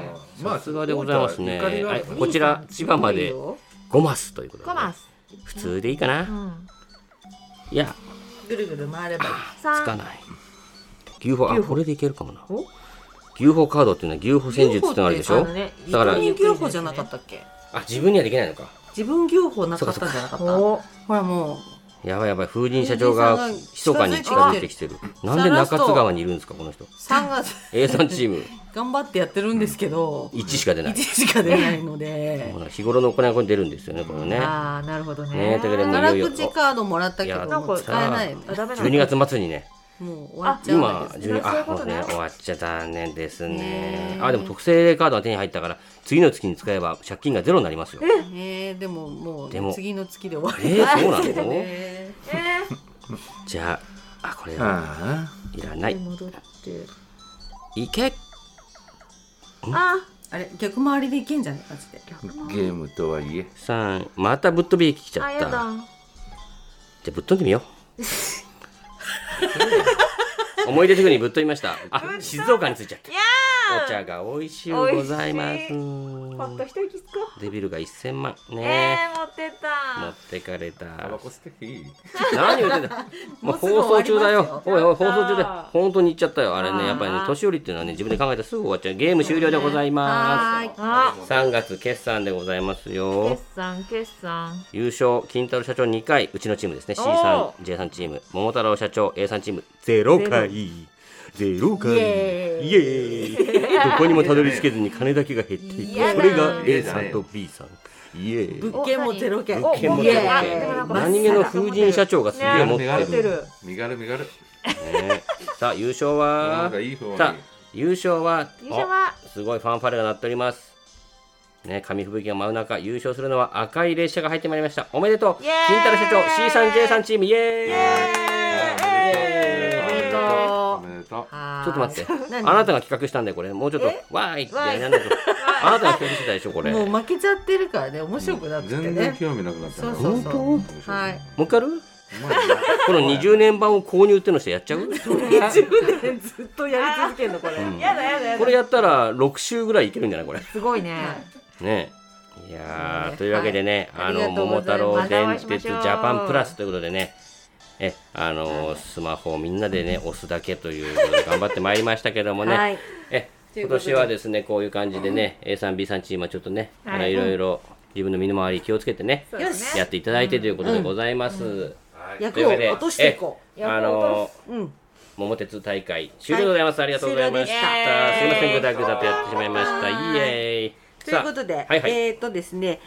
[SPEAKER 3] まあ
[SPEAKER 2] さすがでございますね。
[SPEAKER 3] ゆかりがあ
[SPEAKER 2] は
[SPEAKER 3] る
[SPEAKER 2] い、
[SPEAKER 3] から
[SPEAKER 2] こちら千葉まで5マスということで
[SPEAKER 4] コマス
[SPEAKER 2] 普通でいいかな。いや、
[SPEAKER 1] ぐるぐる回ればいい
[SPEAKER 2] つか
[SPEAKER 4] 三
[SPEAKER 2] ない。牛歩あ
[SPEAKER 4] 牛歩
[SPEAKER 2] これでいけるかもな
[SPEAKER 4] お。
[SPEAKER 2] 牛歩カードっていうのは牛歩戦術ってのあるでしょ。だから
[SPEAKER 1] 人業法じゃなかったっけ
[SPEAKER 2] あ自分にはできないのか。
[SPEAKER 1] 自分業法なかったんじゃなかった
[SPEAKER 4] お
[SPEAKER 1] ほらもう
[SPEAKER 2] やばいやばい風神社長が
[SPEAKER 1] 風神
[SPEAKER 2] 密かに近づいてきてる。なんで中津川にいるんですかこの人。
[SPEAKER 1] 3月
[SPEAKER 2] A さんチーム
[SPEAKER 1] 頑張ってやってるんですけど
[SPEAKER 2] 1しか出ない
[SPEAKER 1] 1。しか出ないので
[SPEAKER 2] ほら日頃の行いがここに出るんですよねこのね。
[SPEAKER 4] ああなるほど
[SPEAKER 2] ね
[SPEAKER 4] ね
[SPEAKER 2] だけどもうい
[SPEAKER 1] 宝
[SPEAKER 2] よいよ
[SPEAKER 1] く。じカードもらったけど
[SPEAKER 2] いや
[SPEAKER 1] もう使えないよね
[SPEAKER 4] あダメなの
[SPEAKER 2] 12月末にね。
[SPEAKER 1] もう終わっちゃうん
[SPEAKER 2] 今
[SPEAKER 1] だけど
[SPEAKER 2] 12
[SPEAKER 4] そうい
[SPEAKER 2] あ
[SPEAKER 4] うことね
[SPEAKER 2] もうね終わっちゃ残念ですね
[SPEAKER 1] ね
[SPEAKER 2] あでも特製カードが手に入ったから次の月に使えば借金がゼロになりますよ
[SPEAKER 1] え
[SPEAKER 2] え
[SPEAKER 1] ーでもも
[SPEAKER 2] でも
[SPEAKER 1] う次の月で終わり
[SPEAKER 2] ー、そうな
[SPEAKER 1] だね
[SPEAKER 2] の
[SPEAKER 4] えー
[SPEAKER 2] じゃああこれは
[SPEAKER 3] あ
[SPEAKER 2] いらない
[SPEAKER 4] 戻って
[SPEAKER 2] いけ
[SPEAKER 4] あ
[SPEAKER 1] あれ逆回りでいけんじゃないマジで
[SPEAKER 3] あゲームとはいえ
[SPEAKER 2] さんまたぶっ飛び駅来ちゃ
[SPEAKER 4] あ
[SPEAKER 2] っ
[SPEAKER 4] や
[SPEAKER 2] たじ
[SPEAKER 4] だ
[SPEAKER 2] ゃあぶっ飛んでみよう思い出作りにぶっ飛びましたあ静岡に着いちゃったお茶が美味しゅうございます
[SPEAKER 4] 美味ほっと一息つこう
[SPEAKER 2] デビルが1000万ね
[SPEAKER 4] えー持ってっ
[SPEAKER 2] 持ったてかれた
[SPEAKER 3] タバコ捨てていい
[SPEAKER 2] 何言ってんだもう
[SPEAKER 1] もうす
[SPEAKER 2] 放
[SPEAKER 1] ぐ終わ
[SPEAKER 2] 送
[SPEAKER 1] りま
[SPEAKER 2] 中
[SPEAKER 1] す
[SPEAKER 2] だ
[SPEAKER 1] よ
[SPEAKER 2] よ。おいおい、放送中で
[SPEAKER 4] やったー
[SPEAKER 2] 本当に言っちゃったよ。あれ
[SPEAKER 4] あー
[SPEAKER 2] ね、やっぱりね、年寄りっていうのはね、自分で考えたらすぐ終わっちゃう。ゲーム終了でございま
[SPEAKER 1] はーい
[SPEAKER 4] あ
[SPEAKER 2] す。3月決算でございますよ
[SPEAKER 4] 決。算決算
[SPEAKER 2] 優勝、金太郎社長2回、うちのチームですね。C
[SPEAKER 4] お
[SPEAKER 2] さ
[SPEAKER 4] ー
[SPEAKER 2] ん、J さんチーム、桃太郎社長、A さんチーム、0回。0回。イ
[SPEAKER 4] イ
[SPEAKER 2] エ
[SPEAKER 4] エーイ
[SPEAKER 2] ーイ。どこにもたどり着けずに金だけが減ってい
[SPEAKER 4] 嫌
[SPEAKER 2] く。
[SPEAKER 4] だ
[SPEAKER 2] これが A さんと B さん。イエーイ。
[SPEAKER 1] 物件もゼロ件
[SPEAKER 4] お
[SPEAKER 2] 剣持っ
[SPEAKER 4] 物
[SPEAKER 2] て
[SPEAKER 4] 件
[SPEAKER 2] る
[SPEAKER 4] もゼロ件
[SPEAKER 1] イ
[SPEAKER 4] あでも
[SPEAKER 1] エ
[SPEAKER 4] なんか
[SPEAKER 1] ーイ
[SPEAKER 2] 何気の風神社長がすげえ持って
[SPEAKER 3] 身
[SPEAKER 2] る
[SPEAKER 3] 軽。
[SPEAKER 4] てる
[SPEAKER 3] 身軽身軽
[SPEAKER 2] ねさあ優勝
[SPEAKER 3] なん
[SPEAKER 2] は
[SPEAKER 3] かいい方
[SPEAKER 2] さあ
[SPEAKER 3] が
[SPEAKER 2] 優勝は
[SPEAKER 4] 優勝は
[SPEAKER 2] おすごいファンファレが鳴っておりますね紙吹雪が舞う中優勝するのは赤い列車が入ってまいりましたおめでとう
[SPEAKER 4] イエーイ
[SPEAKER 2] 金太郎社長 C さん J さんチームイエーイ
[SPEAKER 4] えーえー
[SPEAKER 2] おめでとう
[SPEAKER 3] おめでめでとう。
[SPEAKER 4] はーい
[SPEAKER 2] ちょっと待って。あ
[SPEAKER 4] 何
[SPEAKER 2] なたが企画したんだよ、これ。もうちょっと
[SPEAKER 1] え、
[SPEAKER 2] わーいって
[SPEAKER 1] わーい
[SPEAKER 2] やらないと。あなたが企画してたでしょ、これ。
[SPEAKER 1] もう
[SPEAKER 2] もう
[SPEAKER 1] 負けちゃってるからね面白くなくて
[SPEAKER 3] 全然
[SPEAKER 1] ね
[SPEAKER 3] 興味なくなったな
[SPEAKER 1] そうそうそう
[SPEAKER 3] 本当
[SPEAKER 1] はい
[SPEAKER 2] 一回やる
[SPEAKER 3] うまいな
[SPEAKER 2] この20年版を購入ってのしてやっちゃう
[SPEAKER 1] 20年ずっとやり続けるのこれ、
[SPEAKER 2] うん
[SPEAKER 4] やだやだやだ
[SPEAKER 2] これやったら6週ぐらいいけるんじゃないこれ。
[SPEAKER 4] すごいね
[SPEAKER 2] ねいや
[SPEAKER 1] ね
[SPEAKER 2] ー、というわけでね、
[SPEAKER 1] はい
[SPEAKER 2] あ
[SPEAKER 1] あり
[SPEAKER 2] の、
[SPEAKER 1] がとう
[SPEAKER 2] 桃
[SPEAKER 1] ござ
[SPEAKER 2] 太
[SPEAKER 1] います
[SPEAKER 2] 郎電
[SPEAKER 4] またお会い
[SPEAKER 2] 鉄
[SPEAKER 4] し
[SPEAKER 2] ジ
[SPEAKER 4] ましょう
[SPEAKER 2] ャパンプラスということでね、え、あのー、スマホをみんなでね、押すだけということで頑張ってまいりましたけどもね、
[SPEAKER 1] はい
[SPEAKER 2] え、
[SPEAKER 1] という
[SPEAKER 2] 今
[SPEAKER 1] ことで
[SPEAKER 2] 年はですね、こういう感じでね、A さん、B さんチームはちょっとね、
[SPEAKER 4] はい
[SPEAKER 2] あのいろいろ自分の身の回り気をつけてね、
[SPEAKER 4] そうだね
[SPEAKER 2] やっていただいてということでございます。
[SPEAKER 1] 役を落としていこう
[SPEAKER 2] えあのー
[SPEAKER 1] うん
[SPEAKER 2] 桃鉄大会終了でございます、ありがとうございました
[SPEAKER 1] 終了で
[SPEAKER 4] した
[SPEAKER 2] すいませんぐだぐだとやってしまいました
[SPEAKER 4] はい
[SPEAKER 2] イエーイ
[SPEAKER 1] ということ
[SPEAKER 2] さ
[SPEAKER 1] で、
[SPEAKER 2] あはいはい、
[SPEAKER 1] えっ、とですね、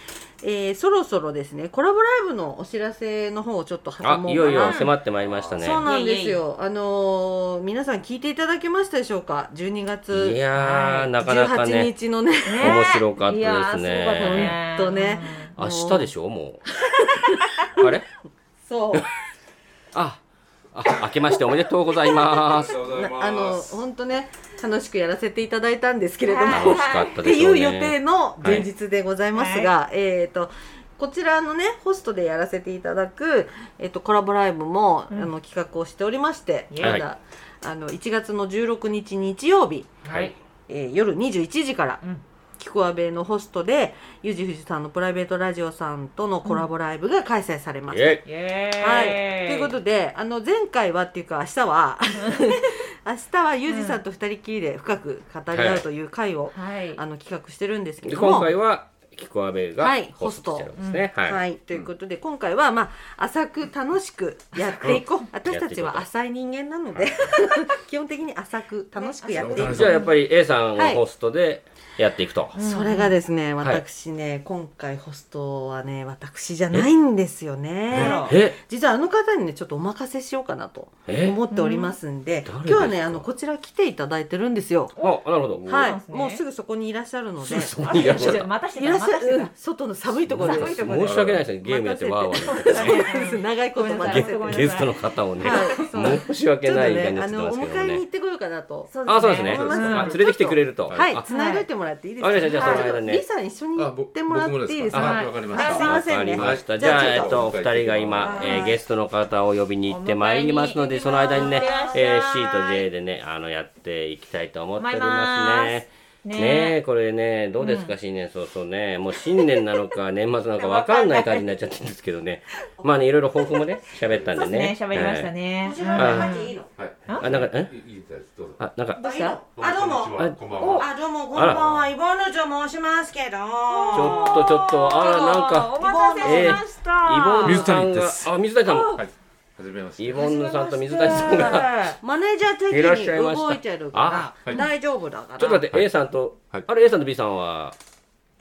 [SPEAKER 1] えー、そろそろですね、コラボライブのお知らせの方をちょっと挟もうか
[SPEAKER 2] あ
[SPEAKER 1] な。
[SPEAKER 2] いよいよ迫ってまいりましたね
[SPEAKER 1] そうなんですよ。あのー皆さん聞いていただけましたでしょうか ?12 月。
[SPEAKER 2] いやーなかなかね
[SPEAKER 1] 18日のね。
[SPEAKER 2] 面白かったですね
[SPEAKER 1] いやーすごかったねほんとね。
[SPEAKER 2] 明日でしょも うあれ
[SPEAKER 1] そう。
[SPEAKER 2] ああ明けましておめでとうござい ます
[SPEAKER 3] ありがとうござい
[SPEAKER 1] なあの
[SPEAKER 3] ます
[SPEAKER 1] 本当ね楽しくやらせていただいたんですけれども、
[SPEAKER 4] はい
[SPEAKER 2] 楽しかっ
[SPEAKER 1] ったて
[SPEAKER 2] でし
[SPEAKER 1] い
[SPEAKER 2] ょう
[SPEAKER 1] う
[SPEAKER 2] ね
[SPEAKER 1] 予定の前日でございますが、えっ、とこちらのねホストでやらせていただくえっ、とコラボライブも、
[SPEAKER 4] ん
[SPEAKER 1] あの企画をしておりまして、
[SPEAKER 4] イエイ
[SPEAKER 1] まだあの1月の16日日曜日、
[SPEAKER 2] はい
[SPEAKER 1] えー、夜21時から
[SPEAKER 4] うん
[SPEAKER 1] キコアベのホストでゆじふじさんのプライベートラジオさんとのコラボライブが開催されます。
[SPEAKER 2] イエ
[SPEAKER 4] イエーイ
[SPEAKER 1] はい、ということであの前回はっていうか明日は明日はユージさんと二人きりで深く語り合うという会を、
[SPEAKER 4] はい
[SPEAKER 1] あの企画してるんです
[SPEAKER 2] イ
[SPEAKER 1] け
[SPEAKER 2] で
[SPEAKER 1] ども
[SPEAKER 2] 今回はキコアベ
[SPEAKER 1] は
[SPEAKER 2] が
[SPEAKER 1] い
[SPEAKER 2] ホストしてるんですねはい、
[SPEAKER 1] はい、ということで、今回はまあ浅く楽しくやっていこう、私たちは浅い人間なので 基本的に浅く楽しくやっていこう、
[SPEAKER 2] じゃあやっぱり A さん
[SPEAKER 1] は
[SPEAKER 2] を
[SPEAKER 1] い
[SPEAKER 2] ホストでやっていくと、
[SPEAKER 1] それがですね
[SPEAKER 2] い
[SPEAKER 1] 私ね、今回ホストはね私じゃないんですよ
[SPEAKER 4] あ
[SPEAKER 1] ね
[SPEAKER 4] ら
[SPEAKER 2] え
[SPEAKER 1] 実はあの方にねちょっとお任せしようかなと
[SPEAKER 2] え
[SPEAKER 1] 思っておりますんで、
[SPEAKER 2] うん
[SPEAKER 1] 今
[SPEAKER 2] 誰
[SPEAKER 1] 日は
[SPEAKER 2] で
[SPEAKER 1] ね
[SPEAKER 2] すか
[SPEAKER 1] あのこちら来ていただいてるんですよ。
[SPEAKER 2] あなるほ
[SPEAKER 1] は
[SPEAKER 2] ど
[SPEAKER 4] そうなん
[SPEAKER 1] い
[SPEAKER 4] で、すね
[SPEAKER 1] もうすぐそこにいらっしゃるので、
[SPEAKER 2] そこにいらっしゃる
[SPEAKER 4] ちょまたして
[SPEAKER 1] い
[SPEAKER 4] た
[SPEAKER 1] らっ
[SPEAKER 4] ま
[SPEAKER 1] しゃ
[SPEAKER 4] たして
[SPEAKER 1] る、う
[SPEAKER 4] た
[SPEAKER 1] ん外の寒いところで
[SPEAKER 4] 寒いとこ
[SPEAKER 2] 申し訳ないですねゲームやってわーわー言っててね
[SPEAKER 1] そうです長いこと
[SPEAKER 4] ごめんな
[SPEAKER 1] 待
[SPEAKER 4] さ
[SPEAKER 1] た
[SPEAKER 4] い
[SPEAKER 1] せて。
[SPEAKER 2] ゲストの方をね、
[SPEAKER 1] はいそう
[SPEAKER 2] 申し訳
[SPEAKER 1] ちょっと
[SPEAKER 2] ない感
[SPEAKER 1] ね
[SPEAKER 2] じに、
[SPEAKER 1] あ
[SPEAKER 2] な
[SPEAKER 1] のお
[SPEAKER 2] ってますけど
[SPEAKER 1] 迎えに行っ
[SPEAKER 2] ね。
[SPEAKER 1] てこようかなと。
[SPEAKER 4] そう
[SPEAKER 2] あ、そうですね。
[SPEAKER 1] 思います
[SPEAKER 2] あ、連
[SPEAKER 1] うん
[SPEAKER 2] れてきてくれると。
[SPEAKER 1] はい、
[SPEAKER 2] あ
[SPEAKER 1] 繋いどいてもらっていいです
[SPEAKER 2] わ
[SPEAKER 1] か。
[SPEAKER 2] かりましたじゃあその間ね
[SPEAKER 1] はいリさん一緒に行ってもらっていいです
[SPEAKER 3] あ
[SPEAKER 1] か。
[SPEAKER 3] 僕もです
[SPEAKER 1] は
[SPEAKER 3] か
[SPEAKER 1] い
[SPEAKER 3] あわかりました
[SPEAKER 1] すいま
[SPEAKER 2] わ
[SPEAKER 1] せ
[SPEAKER 2] か
[SPEAKER 1] ん
[SPEAKER 2] り
[SPEAKER 1] ね。
[SPEAKER 2] ました。
[SPEAKER 1] じ
[SPEAKER 2] じ
[SPEAKER 1] ゃ
[SPEAKER 2] ゃあ、
[SPEAKER 1] あ、
[SPEAKER 2] え
[SPEAKER 1] ちょ
[SPEAKER 2] っ
[SPEAKER 1] っと。
[SPEAKER 2] と、お二人が今、えーゲストの方を呼びに行ってまいりますので、その間にね、えー C と J でね、あの、やっていきたいと思っておりますね。
[SPEAKER 4] 思いま
[SPEAKER 2] ね
[SPEAKER 4] す
[SPEAKER 2] え、これね、どうですか、新年早々ね。もう新年なのか、年末なのか分かんない感じになっちゃってるんですけどね。まあね、いろいろ抱負もね、喋ったん
[SPEAKER 4] そ
[SPEAKER 2] で
[SPEAKER 4] うで
[SPEAKER 2] ね。
[SPEAKER 4] すね喋りましたね
[SPEAKER 2] はい
[SPEAKER 1] いいの。
[SPEAKER 3] はい
[SPEAKER 2] はい。あ、なんか、え
[SPEAKER 3] いいいですどうぞ
[SPEAKER 2] あ、なんか、
[SPEAKER 1] どうした。
[SPEAKER 3] あどうも
[SPEAKER 2] あ
[SPEAKER 3] こんばんは
[SPEAKER 1] あ、どうも、こん
[SPEAKER 2] ばんは
[SPEAKER 1] は、イボルと申しますけど。
[SPEAKER 2] ちょっとちょっと、あら、なんか、
[SPEAKER 4] お待たせしました
[SPEAKER 2] イボンヌさん
[SPEAKER 3] 水谷で
[SPEAKER 2] が、
[SPEAKER 3] す
[SPEAKER 2] あ、水谷さんも、
[SPEAKER 3] はいはじめまして
[SPEAKER 2] イボンヌさんと水谷さんが、
[SPEAKER 1] マネージャー的
[SPEAKER 2] いらっしゃいま
[SPEAKER 1] に
[SPEAKER 2] した
[SPEAKER 1] 動いてるか
[SPEAKER 3] あは
[SPEAKER 1] ら
[SPEAKER 3] い
[SPEAKER 1] 大丈夫だから。
[SPEAKER 2] ちょっと待って、
[SPEAKER 3] はい
[SPEAKER 2] A さんと、
[SPEAKER 3] はい
[SPEAKER 2] あれ A さんと B さんは、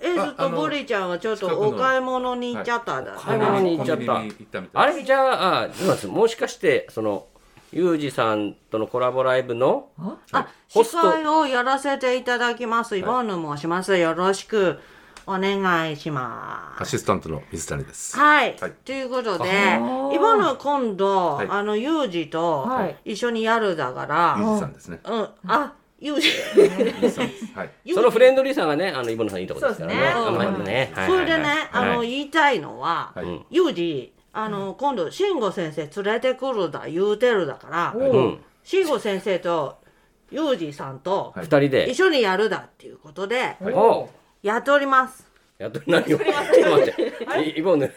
[SPEAKER 1] えずっ
[SPEAKER 3] あ
[SPEAKER 1] と
[SPEAKER 3] あの
[SPEAKER 1] ボリちゃんはちょっと
[SPEAKER 3] 近くの
[SPEAKER 1] お買い物に行っちゃったんだ、ね
[SPEAKER 2] 買い物に行っちゃった
[SPEAKER 3] コンビニに行ったみたい
[SPEAKER 2] あれじゃあ、あそうなんですもしかして、その、ユージさんとのコラボライブの、
[SPEAKER 1] あ
[SPEAKER 2] ホ
[SPEAKER 1] 司
[SPEAKER 2] スト
[SPEAKER 1] 会をやらせていただきますイボーヌもしますよろしくお願いしま
[SPEAKER 3] ア
[SPEAKER 1] す
[SPEAKER 3] シスタントの水谷です
[SPEAKER 1] はい、
[SPEAKER 3] はい
[SPEAKER 1] ということで
[SPEAKER 4] ー
[SPEAKER 1] イボーヌ今度、
[SPEAKER 3] はい
[SPEAKER 1] あのユージと
[SPEAKER 4] はい
[SPEAKER 1] 一緒にやるだから、
[SPEAKER 3] ゆうじさんですね
[SPEAKER 1] うんあユージ
[SPEAKER 3] ゆうじさんですはい
[SPEAKER 2] そのフレンドリーさんがね、あの、イボンヌさんいいとこですからね。
[SPEAKER 4] そう
[SPEAKER 1] ですね
[SPEAKER 2] あんまりね。はい
[SPEAKER 1] それでね、
[SPEAKER 2] はい
[SPEAKER 1] あの、言いたいのは、
[SPEAKER 3] はい
[SPEAKER 2] うん
[SPEAKER 1] ユージあの、今度慎吾先生連れてくるだ言うてるだから、
[SPEAKER 4] お
[SPEAKER 2] うん。
[SPEAKER 1] 慎吾先生とユージさんと
[SPEAKER 2] 二
[SPEAKER 3] はい
[SPEAKER 2] 人で
[SPEAKER 1] 一、緒にやるだっていうことで
[SPEAKER 2] お
[SPEAKER 4] お
[SPEAKER 1] やっております。
[SPEAKER 2] やっと何を、 ちょっと待って、いイボンヌ、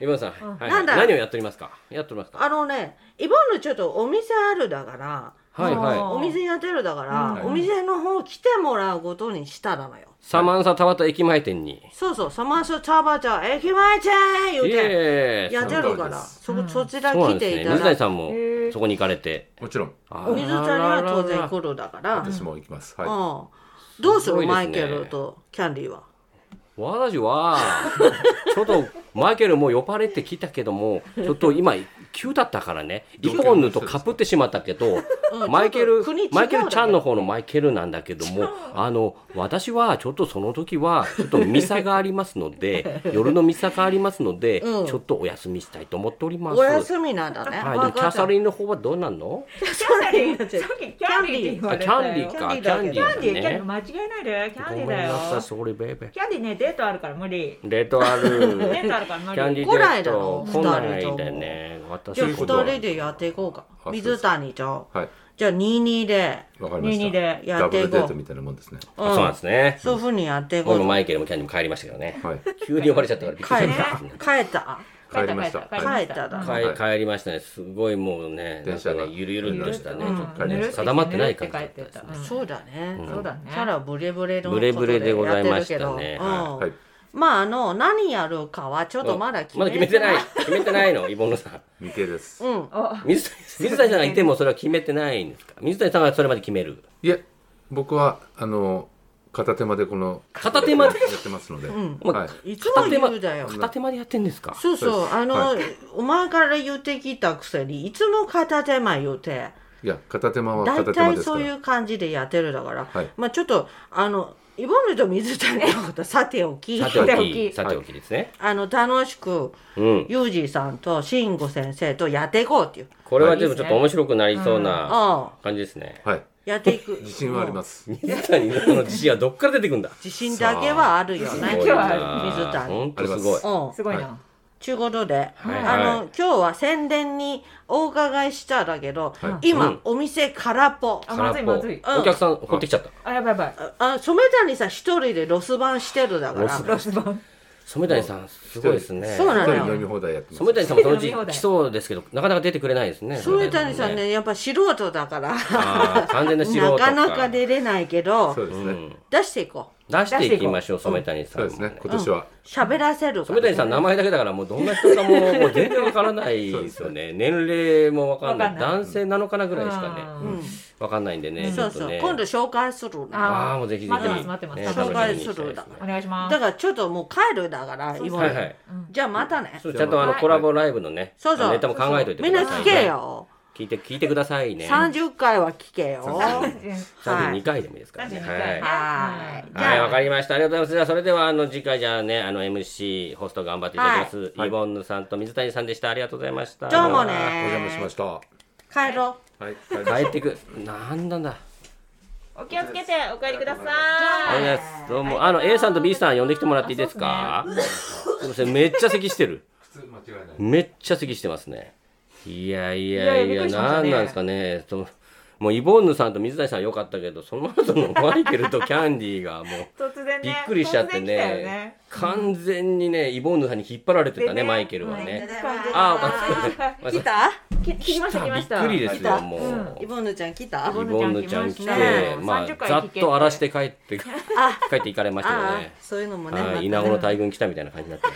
[SPEAKER 2] イボンヌさん、はい
[SPEAKER 1] なんだ
[SPEAKER 2] 何をやっておりますかやっておりますか
[SPEAKER 1] あのね、イボンヌちょっとお店あるだから、
[SPEAKER 2] はい
[SPEAKER 4] あー
[SPEAKER 2] はい。
[SPEAKER 1] お店やってるだから、
[SPEAKER 3] うん
[SPEAKER 1] お店の方来てもらうことにしたらのよ。
[SPEAKER 2] サマンサタワタ駅前店に。
[SPEAKER 1] そうそう、サマーソチャーバーチャー、駅前ちゃん言う
[SPEAKER 2] イ
[SPEAKER 1] て、
[SPEAKER 2] エーイ
[SPEAKER 1] やってるから、そこ、そちら
[SPEAKER 2] そうなん
[SPEAKER 1] 来
[SPEAKER 2] で
[SPEAKER 1] て
[SPEAKER 2] すね。
[SPEAKER 1] いた
[SPEAKER 2] 水谷
[SPEAKER 1] だ
[SPEAKER 2] さんも
[SPEAKER 4] へー
[SPEAKER 2] そこに行かれて。
[SPEAKER 3] もちろん
[SPEAKER 2] あら
[SPEAKER 1] 水谷は当然来るだから、うん
[SPEAKER 3] 私も行きますはい
[SPEAKER 1] どうする
[SPEAKER 2] すごいです
[SPEAKER 1] マ
[SPEAKER 2] ね
[SPEAKER 1] イケルとキャンディーは。
[SPEAKER 2] 私は、ちょっとマイケルも呼ばれてきたけどもちょっと今急だったからね
[SPEAKER 3] どう
[SPEAKER 2] 一本ぬとかぶってしまったけどマイケル
[SPEAKER 1] 国違う
[SPEAKER 2] マイケルちゃんの方のマイケルなんだけどもあの私はちょっとその時はちょっとミサがあります ので夜のミサがありますので、
[SPEAKER 1] うん
[SPEAKER 2] ちょっとお休みしたいと思っております。
[SPEAKER 1] お休みなんだね。
[SPEAKER 2] はい、でもキャサリンの方はどうなんの？
[SPEAKER 4] キャサリン、さ
[SPEAKER 1] キ
[SPEAKER 4] っ
[SPEAKER 1] ャサリン
[SPEAKER 4] きキャンディーって言わ
[SPEAKER 2] あ
[SPEAKER 4] れた
[SPEAKER 2] キ
[SPEAKER 4] よ。
[SPEAKER 2] ャンディーか、キ
[SPEAKER 1] キ
[SPEAKER 2] ャ
[SPEAKER 1] ャ
[SPEAKER 2] ン
[SPEAKER 1] ン
[SPEAKER 2] デ
[SPEAKER 1] デ
[SPEAKER 2] ィ
[SPEAKER 1] ィーだけど
[SPEAKER 2] ーだね。
[SPEAKER 4] キャンディー、キャンディー間違いないで、キャン
[SPEAKER 2] ごめ
[SPEAKER 4] ディー
[SPEAKER 2] ん
[SPEAKER 4] だよ
[SPEAKER 2] な。さい、それベイベー。
[SPEAKER 4] キャンディーね、デートあるから無理。
[SPEAKER 2] デートある。
[SPEAKER 4] デートあるから無理。
[SPEAKER 2] キャンディー
[SPEAKER 1] 来
[SPEAKER 2] デ
[SPEAKER 1] な
[SPEAKER 2] ー
[SPEAKER 1] いだ
[SPEAKER 2] ト
[SPEAKER 1] ろ
[SPEAKER 2] 来ないでね。私
[SPEAKER 1] じゃあ
[SPEAKER 3] という
[SPEAKER 1] 二
[SPEAKER 3] ことは
[SPEAKER 1] 人でやっていこうか。
[SPEAKER 3] あ
[SPEAKER 1] 水谷ちゃん。
[SPEAKER 3] はい
[SPEAKER 1] じゃあ22で。
[SPEAKER 3] わかりまし
[SPEAKER 4] 22
[SPEAKER 3] た
[SPEAKER 4] で
[SPEAKER 1] や
[SPEAKER 3] ダ
[SPEAKER 1] っ
[SPEAKER 3] ブ
[SPEAKER 1] ていこ
[SPEAKER 3] ル
[SPEAKER 1] う
[SPEAKER 3] デートみたいなもんですね
[SPEAKER 1] う
[SPEAKER 2] あそうなん
[SPEAKER 1] ん
[SPEAKER 2] で。すね。
[SPEAKER 1] そういうふうにやっていこ
[SPEAKER 2] 僕も
[SPEAKER 1] う。
[SPEAKER 2] マイケルもキャンディーも帰りましたけどね。
[SPEAKER 3] はい
[SPEAKER 2] 急に呼ばれちゃったからびっくりし
[SPEAKER 1] 帰
[SPEAKER 2] ま
[SPEAKER 1] っ
[SPEAKER 2] した
[SPEAKER 1] た。 帰った。
[SPEAKER 3] 帰りました
[SPEAKER 4] 帰
[SPEAKER 1] 帰っただ。
[SPEAKER 3] はい
[SPEAKER 2] 帰帰りましたね。すごいもうね、なん
[SPEAKER 3] 電
[SPEAKER 2] か
[SPEAKER 3] 車が
[SPEAKER 2] ね、ゆるゆるっとしたね。
[SPEAKER 1] うん
[SPEAKER 2] ちょっと
[SPEAKER 3] 帰りま
[SPEAKER 2] ね、
[SPEAKER 3] した
[SPEAKER 2] 定まってない感じだったですね。
[SPEAKER 4] うん
[SPEAKER 1] そうだね。
[SPEAKER 2] うん
[SPEAKER 4] そうだね。
[SPEAKER 1] サラブレブレのこと
[SPEAKER 2] ブレブレでございました
[SPEAKER 1] や
[SPEAKER 2] ね
[SPEAKER 1] ってるけど
[SPEAKER 2] は
[SPEAKER 3] はい
[SPEAKER 1] うん。まああの何やるかはちょっとまだ決
[SPEAKER 2] ま
[SPEAKER 1] め
[SPEAKER 2] だ
[SPEAKER 1] て
[SPEAKER 2] 決
[SPEAKER 1] ない。
[SPEAKER 2] めてない。決めてないの、イボン ヌさん。
[SPEAKER 3] 未定です
[SPEAKER 1] うん。
[SPEAKER 4] お
[SPEAKER 2] 水谷水谷さんがいてもそれは決めてないんですか水谷さんがそれまで決める
[SPEAKER 3] いえ僕はあの片手間でこの
[SPEAKER 2] 片手間で
[SPEAKER 3] やってますので、はい
[SPEAKER 1] いつも言うだよ。
[SPEAKER 2] 片手間でやってんですか
[SPEAKER 1] そう
[SPEAKER 3] そう
[SPEAKER 1] そう。
[SPEAKER 3] です
[SPEAKER 1] あの、
[SPEAKER 3] は
[SPEAKER 1] お前から言ってきたくせにいつも片手間言うて。
[SPEAKER 3] いや片手間は
[SPEAKER 1] 大
[SPEAKER 3] 片手間
[SPEAKER 1] 体
[SPEAKER 3] です
[SPEAKER 1] そ
[SPEAKER 3] か
[SPEAKER 1] うい
[SPEAKER 3] ら
[SPEAKER 1] う感じでやってるだから、
[SPEAKER 3] はい
[SPEAKER 1] まあちょっとあのイボンヌと水谷のことさておき
[SPEAKER 2] さてお
[SPEAKER 4] さてお
[SPEAKER 2] き
[SPEAKER 4] き
[SPEAKER 2] さておきですね、
[SPEAKER 1] あの楽しく
[SPEAKER 2] うん
[SPEAKER 1] ユージさんと慎吾先生とやっていこうっていう、
[SPEAKER 2] これはでもちょっと面白くなりそうな
[SPEAKER 1] ああ
[SPEAKER 2] 感じですね
[SPEAKER 3] はい
[SPEAKER 1] やっていく
[SPEAKER 3] 自信はあります
[SPEAKER 2] 水谷の自信はどっから出てくんだ
[SPEAKER 1] うん自信だけはあるよ
[SPEAKER 4] さあ
[SPEAKER 1] ねう
[SPEAKER 4] 自信はある
[SPEAKER 1] 水谷
[SPEAKER 2] 本当すごい
[SPEAKER 1] ん
[SPEAKER 4] すごいな。
[SPEAKER 1] ちゅうことで、
[SPEAKER 2] はい
[SPEAKER 1] あ
[SPEAKER 2] は
[SPEAKER 1] の今日は宣伝にお伺いしただけど、
[SPEAKER 3] はい
[SPEAKER 1] 今、
[SPEAKER 2] うん
[SPEAKER 1] お店空っぽ
[SPEAKER 4] あまずいまずい
[SPEAKER 2] 空っぽお客さん掘ってきちゃった
[SPEAKER 4] あ、やばいやばい。
[SPEAKER 1] ああ染谷さん一人で留守番してるだか
[SPEAKER 2] ロス
[SPEAKER 1] ら
[SPEAKER 4] ロスバン。
[SPEAKER 2] 染谷さんすごいですね
[SPEAKER 1] そうな
[SPEAKER 3] 一
[SPEAKER 1] の
[SPEAKER 3] 人飲み放題やってます
[SPEAKER 2] 染谷さんもそのうち
[SPEAKER 4] 飲み放題
[SPEAKER 2] 来そうですけどなかなか出てくれないですね
[SPEAKER 1] 染谷さんねやっぱ素人だから
[SPEAKER 2] ああ完全な素人
[SPEAKER 1] なかなか出れないけど
[SPEAKER 3] そうですね、
[SPEAKER 1] 出していこ
[SPEAKER 2] 出していきましょう染谷さん
[SPEAKER 3] そ
[SPEAKER 2] も
[SPEAKER 3] うですね今年は、
[SPEAKER 1] う喋らせるから
[SPEAKER 2] 染谷さん名前だけだからもうどんな人かももう全然わからないですよね年齢もわかんない
[SPEAKER 4] わかんない
[SPEAKER 2] 男性なのかなぐらいしかね
[SPEAKER 1] うん
[SPEAKER 2] わかんないんでね
[SPEAKER 1] そう
[SPEAKER 2] ち
[SPEAKER 1] そ
[SPEAKER 2] ょっと
[SPEAKER 1] う
[SPEAKER 2] ね
[SPEAKER 1] 今度紹介するな
[SPEAKER 2] ああもうぜひぜひ
[SPEAKER 4] 待ってます待ってます
[SPEAKER 2] ね
[SPEAKER 1] 紹介する
[SPEAKER 2] 楽しみにしたいですね
[SPEAKER 4] お願いしま
[SPEAKER 1] だ
[SPEAKER 4] す。
[SPEAKER 1] からちょっともう帰るだから今
[SPEAKER 2] はいはい
[SPEAKER 1] じゃあまたね
[SPEAKER 2] そうちゃんとあのコラボライブのね
[SPEAKER 1] そうそう
[SPEAKER 2] ネタも考えといて
[SPEAKER 1] み
[SPEAKER 2] く
[SPEAKER 1] んな
[SPEAKER 2] ださ
[SPEAKER 1] 聞
[SPEAKER 2] い
[SPEAKER 1] け
[SPEAKER 2] ね
[SPEAKER 1] よ
[SPEAKER 2] 聞いて聞いてくださいね
[SPEAKER 1] 30回は聞けよ
[SPEAKER 2] 32回でもいいですからね
[SPEAKER 4] 32
[SPEAKER 2] は
[SPEAKER 4] 回
[SPEAKER 2] い
[SPEAKER 1] はいじ
[SPEAKER 2] はい、
[SPEAKER 1] ゃ
[SPEAKER 2] わ
[SPEAKER 1] あ
[SPEAKER 2] かりました。ありがとうございます。じゃあ、それでは、あの、次回じゃあね、あの、MC、ホスト頑張っていただきます。
[SPEAKER 3] はい
[SPEAKER 2] イボンヌさんと水谷さんでした。ありがとうございました。
[SPEAKER 1] どうも
[SPEAKER 3] お
[SPEAKER 1] ね
[SPEAKER 3] 邪魔しましたは
[SPEAKER 1] 帰ろう
[SPEAKER 3] い帰ります
[SPEAKER 2] 帰ってく。なんなんだ。
[SPEAKER 4] お気をつけてお帰りくださ
[SPEAKER 2] ありがとうござい
[SPEAKER 4] い。
[SPEAKER 2] ます。どうも、あの、A さんと B さん呼んできてもらっていいですか。すみません、めっちゃ咳してる。
[SPEAKER 3] 普通間違いない
[SPEAKER 2] めっちゃ咳してますね。いやいやい
[SPEAKER 4] いやいや
[SPEAKER 2] や、
[SPEAKER 4] びっくりしまし
[SPEAKER 2] な
[SPEAKER 4] た
[SPEAKER 2] ん
[SPEAKER 4] ね
[SPEAKER 2] なんですかね。そのもうイボンヌさんと水谷さんは良かったけど、その後のマイケルとキャンディー がもう。
[SPEAKER 4] 突然ね。
[SPEAKER 2] びっくりしちゃって
[SPEAKER 4] 突然来たよ
[SPEAKER 2] ね。完全にね、イボンヌさんに引っ張られてたね、マイケルはね。ああ、お疲れ様
[SPEAKER 1] 来た
[SPEAKER 4] き来ました来ました。
[SPEAKER 2] びっくりですよ、もう。
[SPEAKER 1] イボンヌちゃん来た
[SPEAKER 2] イボンヌちゃん来て
[SPEAKER 4] イボンヌちゃん来ました、ね
[SPEAKER 2] まあ、
[SPEAKER 4] 30回
[SPEAKER 2] ざっと荒らして帰って、帰って行かれましたよ
[SPEAKER 1] ああ
[SPEAKER 2] ね。
[SPEAKER 1] そういうのもねまた
[SPEAKER 2] はい、
[SPEAKER 1] ね
[SPEAKER 2] 稲穂の大群来たみたいな感じになって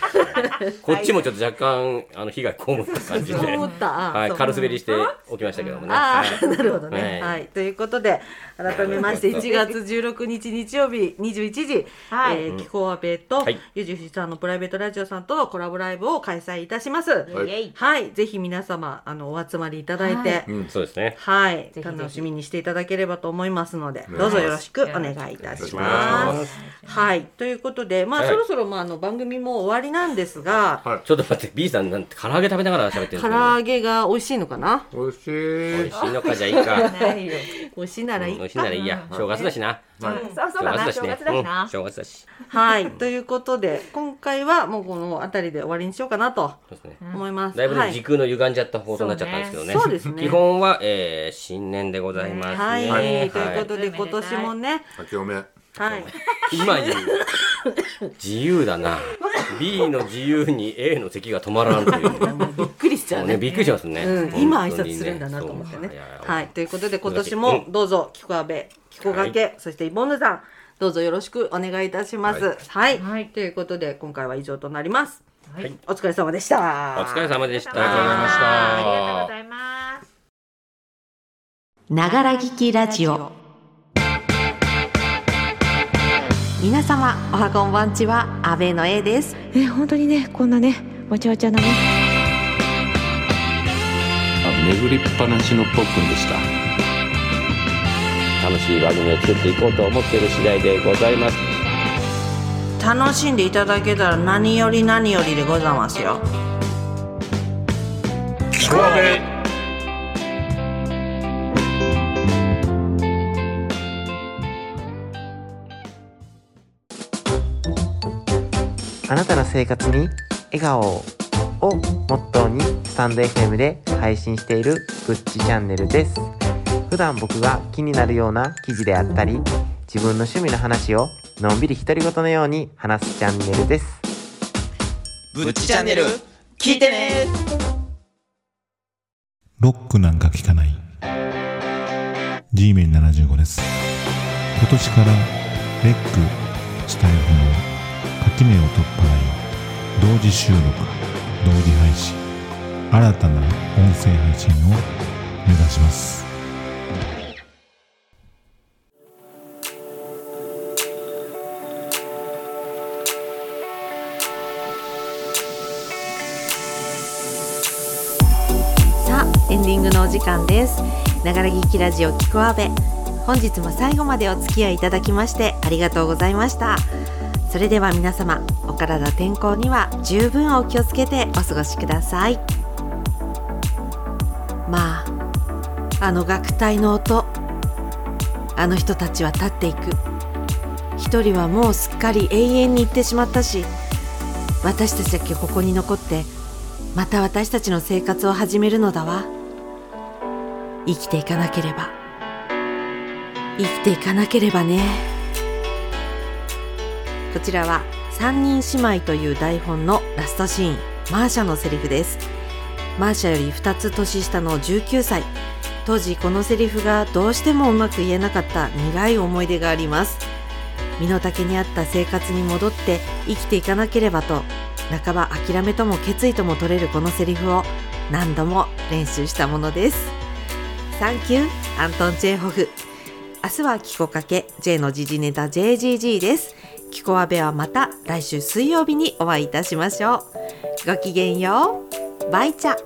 [SPEAKER 2] ます、 こっちもちょっと若干あの被害被った感じで、
[SPEAKER 1] そう思った
[SPEAKER 2] はい、
[SPEAKER 1] そう
[SPEAKER 2] 軽滑りしておきましたけどもね。
[SPEAKER 1] あ
[SPEAKER 2] はい
[SPEAKER 1] あ、なるほどね、
[SPEAKER 2] はい
[SPEAKER 1] はい。ということで、改めまして、1月16日日曜日21時、
[SPEAKER 4] はい
[SPEAKER 1] えー、気候アベと、
[SPEAKER 2] はい
[SPEAKER 1] ゆじふじさんのプライベートラジオさんとのコラボライブを開催いたします。
[SPEAKER 3] は
[SPEAKER 4] イエイ。
[SPEAKER 1] はい。ぜひ皆様、あの、お集まりいただいて、はい。
[SPEAKER 2] うん、そうですね。
[SPEAKER 4] ぜひぜひ
[SPEAKER 1] 楽しみにしていただければと思いますので
[SPEAKER 3] 願いします
[SPEAKER 1] どうぞよろしくお願いいたし
[SPEAKER 3] お
[SPEAKER 1] ま
[SPEAKER 3] 願い
[SPEAKER 1] す。はいということで、まあ
[SPEAKER 2] はい
[SPEAKER 1] そろそろ、まあ、あの番組も終わりなんですが、
[SPEAKER 3] はい
[SPEAKER 2] ちょっと待って、B さんなんて唐揚げ食べながら喋ってるんです
[SPEAKER 1] 唐
[SPEAKER 2] けど、
[SPEAKER 1] 揚げが美味しいのかな
[SPEAKER 3] 美味し
[SPEAKER 2] 美
[SPEAKER 3] い
[SPEAKER 2] 味しいのかじゃいいか。
[SPEAKER 4] ないよ。
[SPEAKER 1] 美味しいなら
[SPEAKER 2] う
[SPEAKER 1] い
[SPEAKER 2] ん
[SPEAKER 1] い
[SPEAKER 2] 美
[SPEAKER 1] か
[SPEAKER 2] 味しいならいいや。正月だしな。
[SPEAKER 4] そうそうだな正月だし
[SPEAKER 2] うん
[SPEAKER 4] な。
[SPEAKER 2] 正月だし。
[SPEAKER 1] はい、 ということで今回はもうこの辺りで終わりにしようかなと
[SPEAKER 2] そうですね。
[SPEAKER 1] 思います。
[SPEAKER 2] だいぶ
[SPEAKER 1] は
[SPEAKER 2] ね時空の歪んじゃった放送になっちゃったんですけどね。
[SPEAKER 1] そうねそうですね
[SPEAKER 2] 基本は、えー、新年でございますね。
[SPEAKER 1] はい、
[SPEAKER 3] はい
[SPEAKER 1] ということで今年もね、
[SPEAKER 3] 酒おめ
[SPEAKER 1] はい、
[SPEAKER 2] 今言う。自由だな。B の自由に A の席が止まらんという。も
[SPEAKER 1] びっくりしちゃ
[SPEAKER 2] う
[SPEAKER 1] う
[SPEAKER 2] ね、
[SPEAKER 1] ね。
[SPEAKER 2] びっくりしますね。
[SPEAKER 1] うん、今挨拶するんだなと思ってね。はい、ということで今年もどうぞ菊阿部、菊がけ、そしてイボンヌさん、どうぞよろしくお願いいたします。はい、
[SPEAKER 4] はい
[SPEAKER 1] ということで今回は以上となります。
[SPEAKER 4] はい
[SPEAKER 1] お疲れ様でした。
[SPEAKER 2] お疲れ様でした。
[SPEAKER 4] ありがとうございました。ありがとうご
[SPEAKER 2] い
[SPEAKER 4] ざいます。
[SPEAKER 5] ながら聞きラジオ皆様おはこんばんちは阿部の A です
[SPEAKER 6] ね本当にねこんなねわちゃわちゃなね
[SPEAKER 7] 巡りっぱなしのポッくんでした
[SPEAKER 8] 楽しい番組を作っていこうと思っている次第でございます
[SPEAKER 1] 楽しんでいただけたら何より何よりでございますよ
[SPEAKER 9] あなたの生活に笑顔ををモットーにスタンド FM で配信しているグッチチャンネルです普段僕が気になるような記事であったり自分の趣味の話をのんびり独り言のように話すチャンネルです
[SPEAKER 10] ぶっちチャンネル聞いてね
[SPEAKER 11] ロックなんか聞かない G メン75です今年からレックスタイフの垣根を取っ払い同時収録同時配信新たな音声配信を目指します
[SPEAKER 12] さあエンディングのお時間ですながら聞きラジオ聞くわべ本日も最後までお付き合いいただきましてありがとうございましたそれでは皆様お体健康には十分お気をつけてお過ごしくださいまああの楽隊の音あの人たちは立っていく一人はもうすっかり永遠に行ってしまったし私たちだけここに残ってまた私たちの生活を始めるのだわ生きていかなければ生きていかなければねこちらは「三人姉妹」という台本のラストシーンマーシャのセリフですマーシャより2つ年下の19歳当時このセリフがどうしてもうまく言えなかった苦い思い出があります身の丈に合った生活に戻って生きていかなければと半ば諦めとも決意とも取れるこのセリフを何度も練習したものですサンキューアントン・ジェーホフ明日は「キコかけ J の時事ネタ JGG」ですキコアベはまた来週水曜日にお会いいたしましょうごきげんようバイチャ